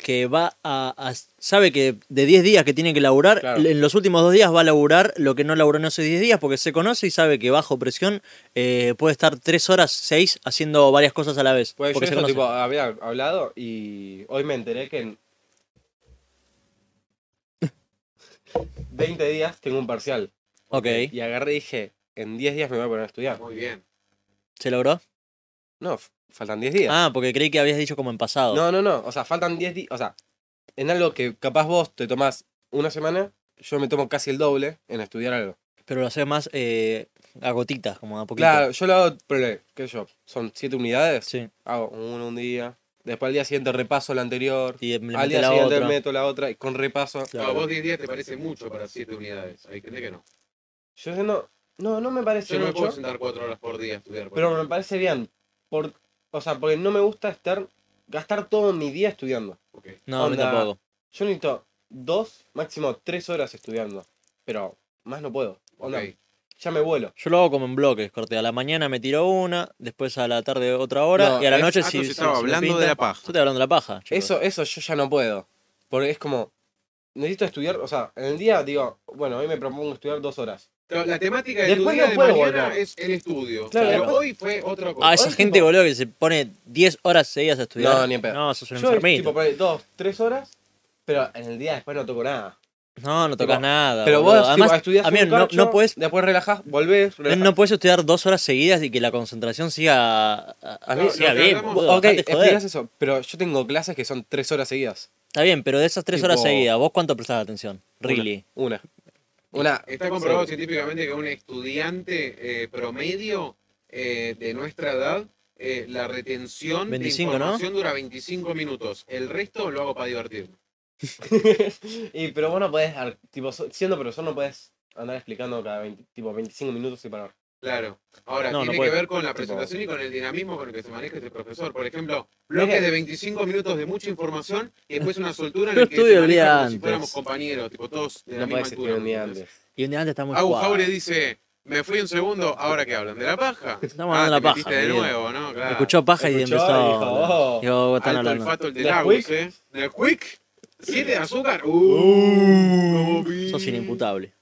que va a, a- sabe que de 10 días que tiene que laburar, Claro. en los últimos dos días va a laburar lo que no laburó en esos 10 días, porque se conoce y sabe que bajo presión eh, puede estar 3 horas, 6 haciendo varias cosas a la vez. Pues yo porque se esto, conoce. tipo, había hablado y hoy me enteré que <laughs> en 20 días tengo un parcial. ok, Y agarré y dije, en 10 días me voy a poner a estudiar. Muy bien. ¿se logró? No, f- faltan 10 días. Ah, porque creí que habías dicho como en pasado. No, no, no. O sea, faltan 10 días. O sea, en algo que capaz vos te tomás una semana, yo me tomo casi el doble en estudiar algo. Pero lo haces más eh, a gotitas, como a poquito. Claro, yo lo hago, ponele, qué sé yo, son 7 unidades. Sí. Hago uno un día, Después al día siguiente repaso la anterior. Y le al mete día la siguiente otra. meto la otra y con repaso. Claro. No, vos 10 días te parece mucho para 7 unidades. Hay gente que no. Yo no, no, no me parece Yo no me mucho, puedo sentar 4 horas por día a estudiar. por pero me ejemplo. parece bien. Por, o sea, porque no me gusta estar gastar todo mi día estudiando. Ok. No, a mí Onda. tampoco. Yo necesito dos, máximo tres horas estudiando. Pero más no puedo. Onda, Ok. Ya me vuelo. Yo lo hago como en bloques, corte. A la mañana me tiro una, después a la tarde otra hora No, y a la es- noche Atos si. si- estaba si me hablando pinta- de la paja. Yo estoy hablando de la paja. chicos. Eso, eso yo ya no puedo. Porque es como. Necesito estudiar, o sea, en el día digo, bueno, hoy me propongo estudiar dos horas. Claro, La temática de Después tu día no de puedo mañana volver. es el estudio. Claro, Pero después- hoy fue otra cosa. Ah, esa Hoy, gente, tipo- boludo, que se pone 10 horas seguidas a estudiar. No, ni en pedo. No, sos un Yo enfermito. tipo ponele dos, tres horas, pero en el día después no toco nada. No, no tocas Tipo, nada. Pero boludo. vos Además, tipo, estudiás amigo, un no, cacho, no puedes después relajás, volvés, relajás. no puedes estudiar dos horas seguidas y que la concentración siga, a- a- mí- siga lo que bien. hablamos- boludo, ok, dejate de joder. explicás eso, pero yo tengo clases que son tres horas seguidas. Está bien, pero de esas tres horas Tipo- seguidas, ¿vos cuánto prestás atención? Una, Really. Una. Una. Está comprobado sí. científicamente que un estudiante eh, promedio eh, de nuestra edad, eh, la retención 25, de ¿no? información dura 25 minutos. El resto lo hago para divertirme. <laughs> y, pero vos no podés, ar- tipo, so- siendo profesor no podés andar explicando cada 20 tipo 25 minutos y parar. Claro. Ahora, No, no tiene puede. que ver con la Tipo- presentación y con el dinamismo con el que se maneja este profesor. Por ejemplo, bloques que- de 25 minutos de mucha información y después una <laughs> soltura en Yo la que se estudio el maneja día como si antes. fuéramos compañeros, tipo todos de la No misma podés altura. estudiar un día ¿entendés? antes. Y un día antes está muy Agus jugado. Jaure dice, me fui un segundo, ahora que hablan de la paja. Ah, Estamos hablando de te la metiste paja, de amigo. nuevo, ¿no? Claro. Escuchó paja y Escuchó empezó. y dijo, oh. Digo, vos están Alto hablando. olfato el del ¿Del Agus, Quick? ¿eh? ¿Del Quick? ¿Siete de azúcar? Uh, Sos inimputable.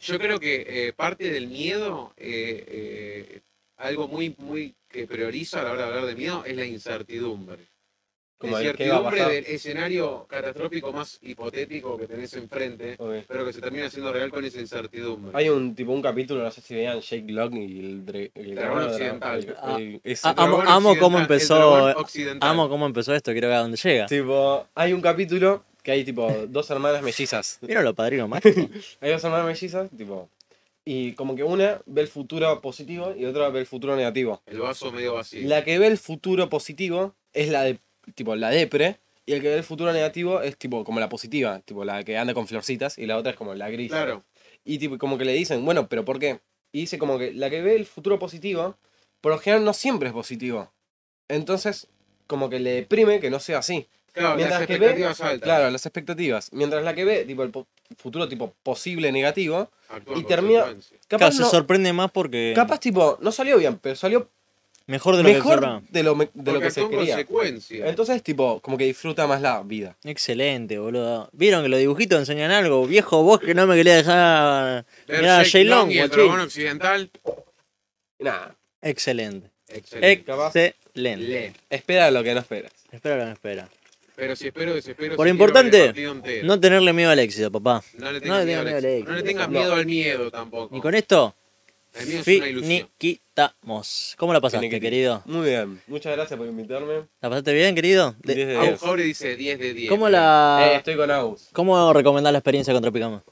Yo creo que eh, parte del miedo, eh, eh, algo muy, muy que prioriza a la hora de hablar de miedo, es la incertidumbre. La Como el que va a incertidumbre pasar. del escenario catastrófico más hipotético que tenés enfrente, Ok. pero que se termina haciendo real con esa incertidumbre. Hay un tipo un capítulo, no sé si veían Jake Locke y el, dre- el Dragón dragón- Occidental. el- ese Ah, dragón. amo- amo cómo empezó, eh, Amo Amo. cómo empezó esto, quiero ver a dónde llega. Tipo, hay un capítulo que hay tipo dos hermanas mellizas. Mira los padrinos más. Hay dos hermanas mellizas, tipo. Y como que una ve el futuro positivo y otra ve el futuro negativo. El vaso medio vacío. La que ve el futuro positivo es la de tipo la depre. Y el que ve el futuro negativo es tipo como la positiva, tipo la que anda con florcitas, y la otra es como la gris. Claro. Y tipo, como que le dicen, bueno, pero ¿por qué? Y dice como que la que ve el futuro positivo, por lo general no siempre es positivo. Entonces, como que le deprime que no sea así. Claro, Mientras las que ve- expectativas altas. Claro, las expectativas. Mientras la que ve, tipo, el po- futuro tipo posible negativo, Actúan Y con termina- consecuencia. Claro, capaz, se no- sorprende más porque. capaz tipo, no salió bien, pero salió Mejor de lo que mejor observa. de lo, me- de lo Porque que se actúan quería. pues. consecuencia. Entonces, tipo, como que disfruta más la vida. Excelente, boludo. ¿Vieron que los dibujitos enseñan algo? Viejo, vos que no me querías dejar. Ver Mirá, Jake Shailong, Long y el guachín. dragón occidental. Y Nada, Excelente. Excelente. capaz- Excelente. Le. espera lo que no esperas. Espera que no espera. Pero si espero, desespero. Por si importante, quiero ver el partido entero. No tenerle miedo al éxito, papá. No le no tengas le tengas miedo, al miedo al éxito. éxito. No le tengas No. miedo al miedo tampoco. Y con esto, El miedo es una ilusión. finiquitamos. ¿Cómo la pasaste, Finiquiti. querido? Muy bien, muchas gracias por invitarme. ¿La pasaste bien, querido? De- Diez de Abu diez. Jaure dice 10 de 10. ¿Cómo Eh, la. estoy con Agus. ¿Cómo recomendás la experiencia contra Picama?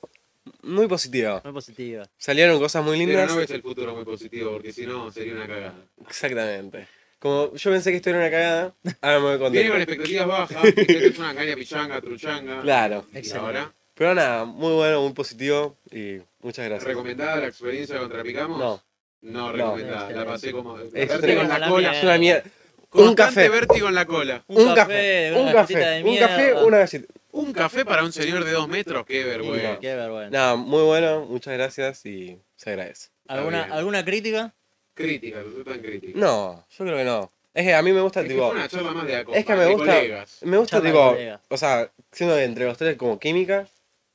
Muy positivo. Muy positiva. Salieron cosas muy Pero lindas. no ves el futuro muy positivo, porque si no sería una cagada. Exactamente. Como yo pensé que esto era una cagada, ahora me voy Viene con contento. expectativas bajas, y te es una caña pichanga, truchanga. Claro. Y Excelente. ahora, Pero nada, muy bueno, muy positivo y muchas gracias. ¿recomendada la experiencia contra Picamos? No, No recomendada. La pasé como. Vértigo en tremendo. la Eh, es cola. una mierda. Un Constante café, vértigo en la cola. un café, una un galletita de café, un café, mierda. una galleta. Un café para un señor de dos metros, qué vergüenza. Qué vergüenza. Nada, muy bueno, muchas gracias y se agradece. ¿Alguna, Está bien. ¿Alguna crítica? Crítica, no soy tan crítica. No, yo creo que no. Es que a mí me gusta, Es que tipo. fue una charla más de, acompa- Es que me de gusta- colegas. Me gusta, Charla de tipo. colegas. O sea, siendo que entre los tres como química.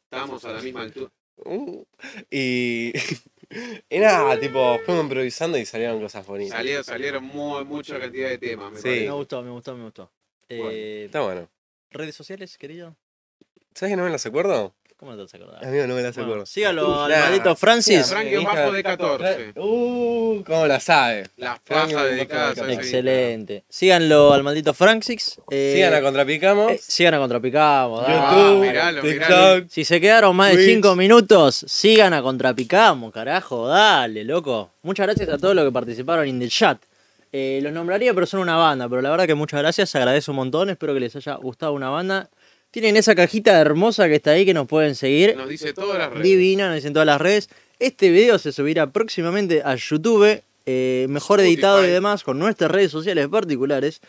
Estábamos a la misma altura. uh, Y. <laughs> y nada, tipo, fuimos improvisando y salieron cosas bonitas. Salieron, salieron muy, mucha cantidad de temas. Me Sí. parece. Me gustó, me gustó, me gustó. Eh, Está bueno. ¿Redes sociales, querido? ¿Sabes que no me las acuerdo? ¿Cómo no te vas a acordar? Amigo, Eh, no me las Bueno, acuerdo. sígalo al Nah. maldito Francis. Frank Sí, hija. bajo de 14. Uh, ¿cómo la sabe? Las Frank pasas Bajo de dedicadas a 14. ese Excelente. Síganlo al maldito Francis. Eh, Sigan a Contrapicamos. eh, sigan a Contrapicamos. dale. Ah, YouTube, miralo, miralo. TikTok. Si se quedaron más de Twitch. 5 minutos, sigan a Contrapicamos, carajo, dale, loco. Muchas gracias a todos los que participaron en el chat. Eh, los nombraría, pero son una banda. Pero la verdad que muchas gracias, se agradece un montón. Espero que les haya gustado una banda. Tienen esa cajita hermosa que está ahí que nos pueden seguir. Nos dice todas las redes. Divina, nos dicen todas las redes. Este video se subirá próximamente a YouTube, eh, mejor Spotify. editado y demás, con nuestras redes sociales particulares.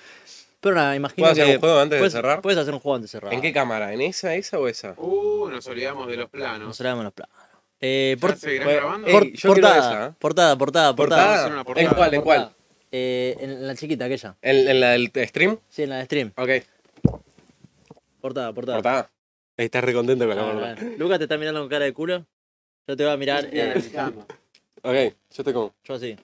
Pero nada, imagino ¿Puedo hacer que un juego antes de puedes- cerrar? Puedes hacer un juego antes de cerrar. ¿En qué cámara? ¿En esa, esa o esa? Uh, nos olvidamos de los planos. Nos cerramos los planos. Eh, por- ¿Ya seguirán bueno, grabando? eh, por- Ey, yo quiero portada, esa, ¿eh? portada, portada, Vamos a portada, hacer una ¿Portada? portada. ¿En cuál? ¿En cuál? Eh, en la chiquita aquella. ¿En, en la del stream? Sí, en la de stream. Ok. Portada, portada. ¿Portada? Ahí estás recontento con la Ah, portada. Lucas te está mirando con cara de culo. Yo te voy a mirar. Estoy eh, analizando. Ok, yo te como. yo así.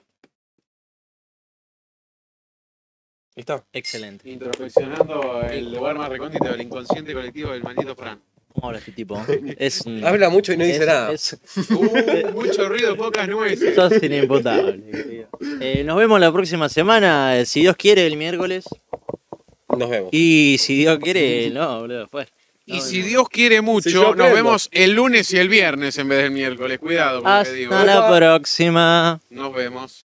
¿Listo? Excelente. Introspeccionando el lugar más recóndito del inconsciente colectivo del <laughs> maldito Fran. ¿Cómo habla este tipo? Es un- Habla mucho y no dice es- nada. es- Uh, mucho ruido, pocas nueces. Sos inimputable. querido. Eh, nos vemos la próxima semana, eh, si Dios quiere, el miércoles. Nos vemos. Y si Dios quiere, no, boludo, fue. Y No, si no. Dios quiere mucho, Si yo nos aprendo. vemos el lunes y el viernes en vez del miércoles. Cuidado con lo que digo. Hasta la próxima. Nos vemos.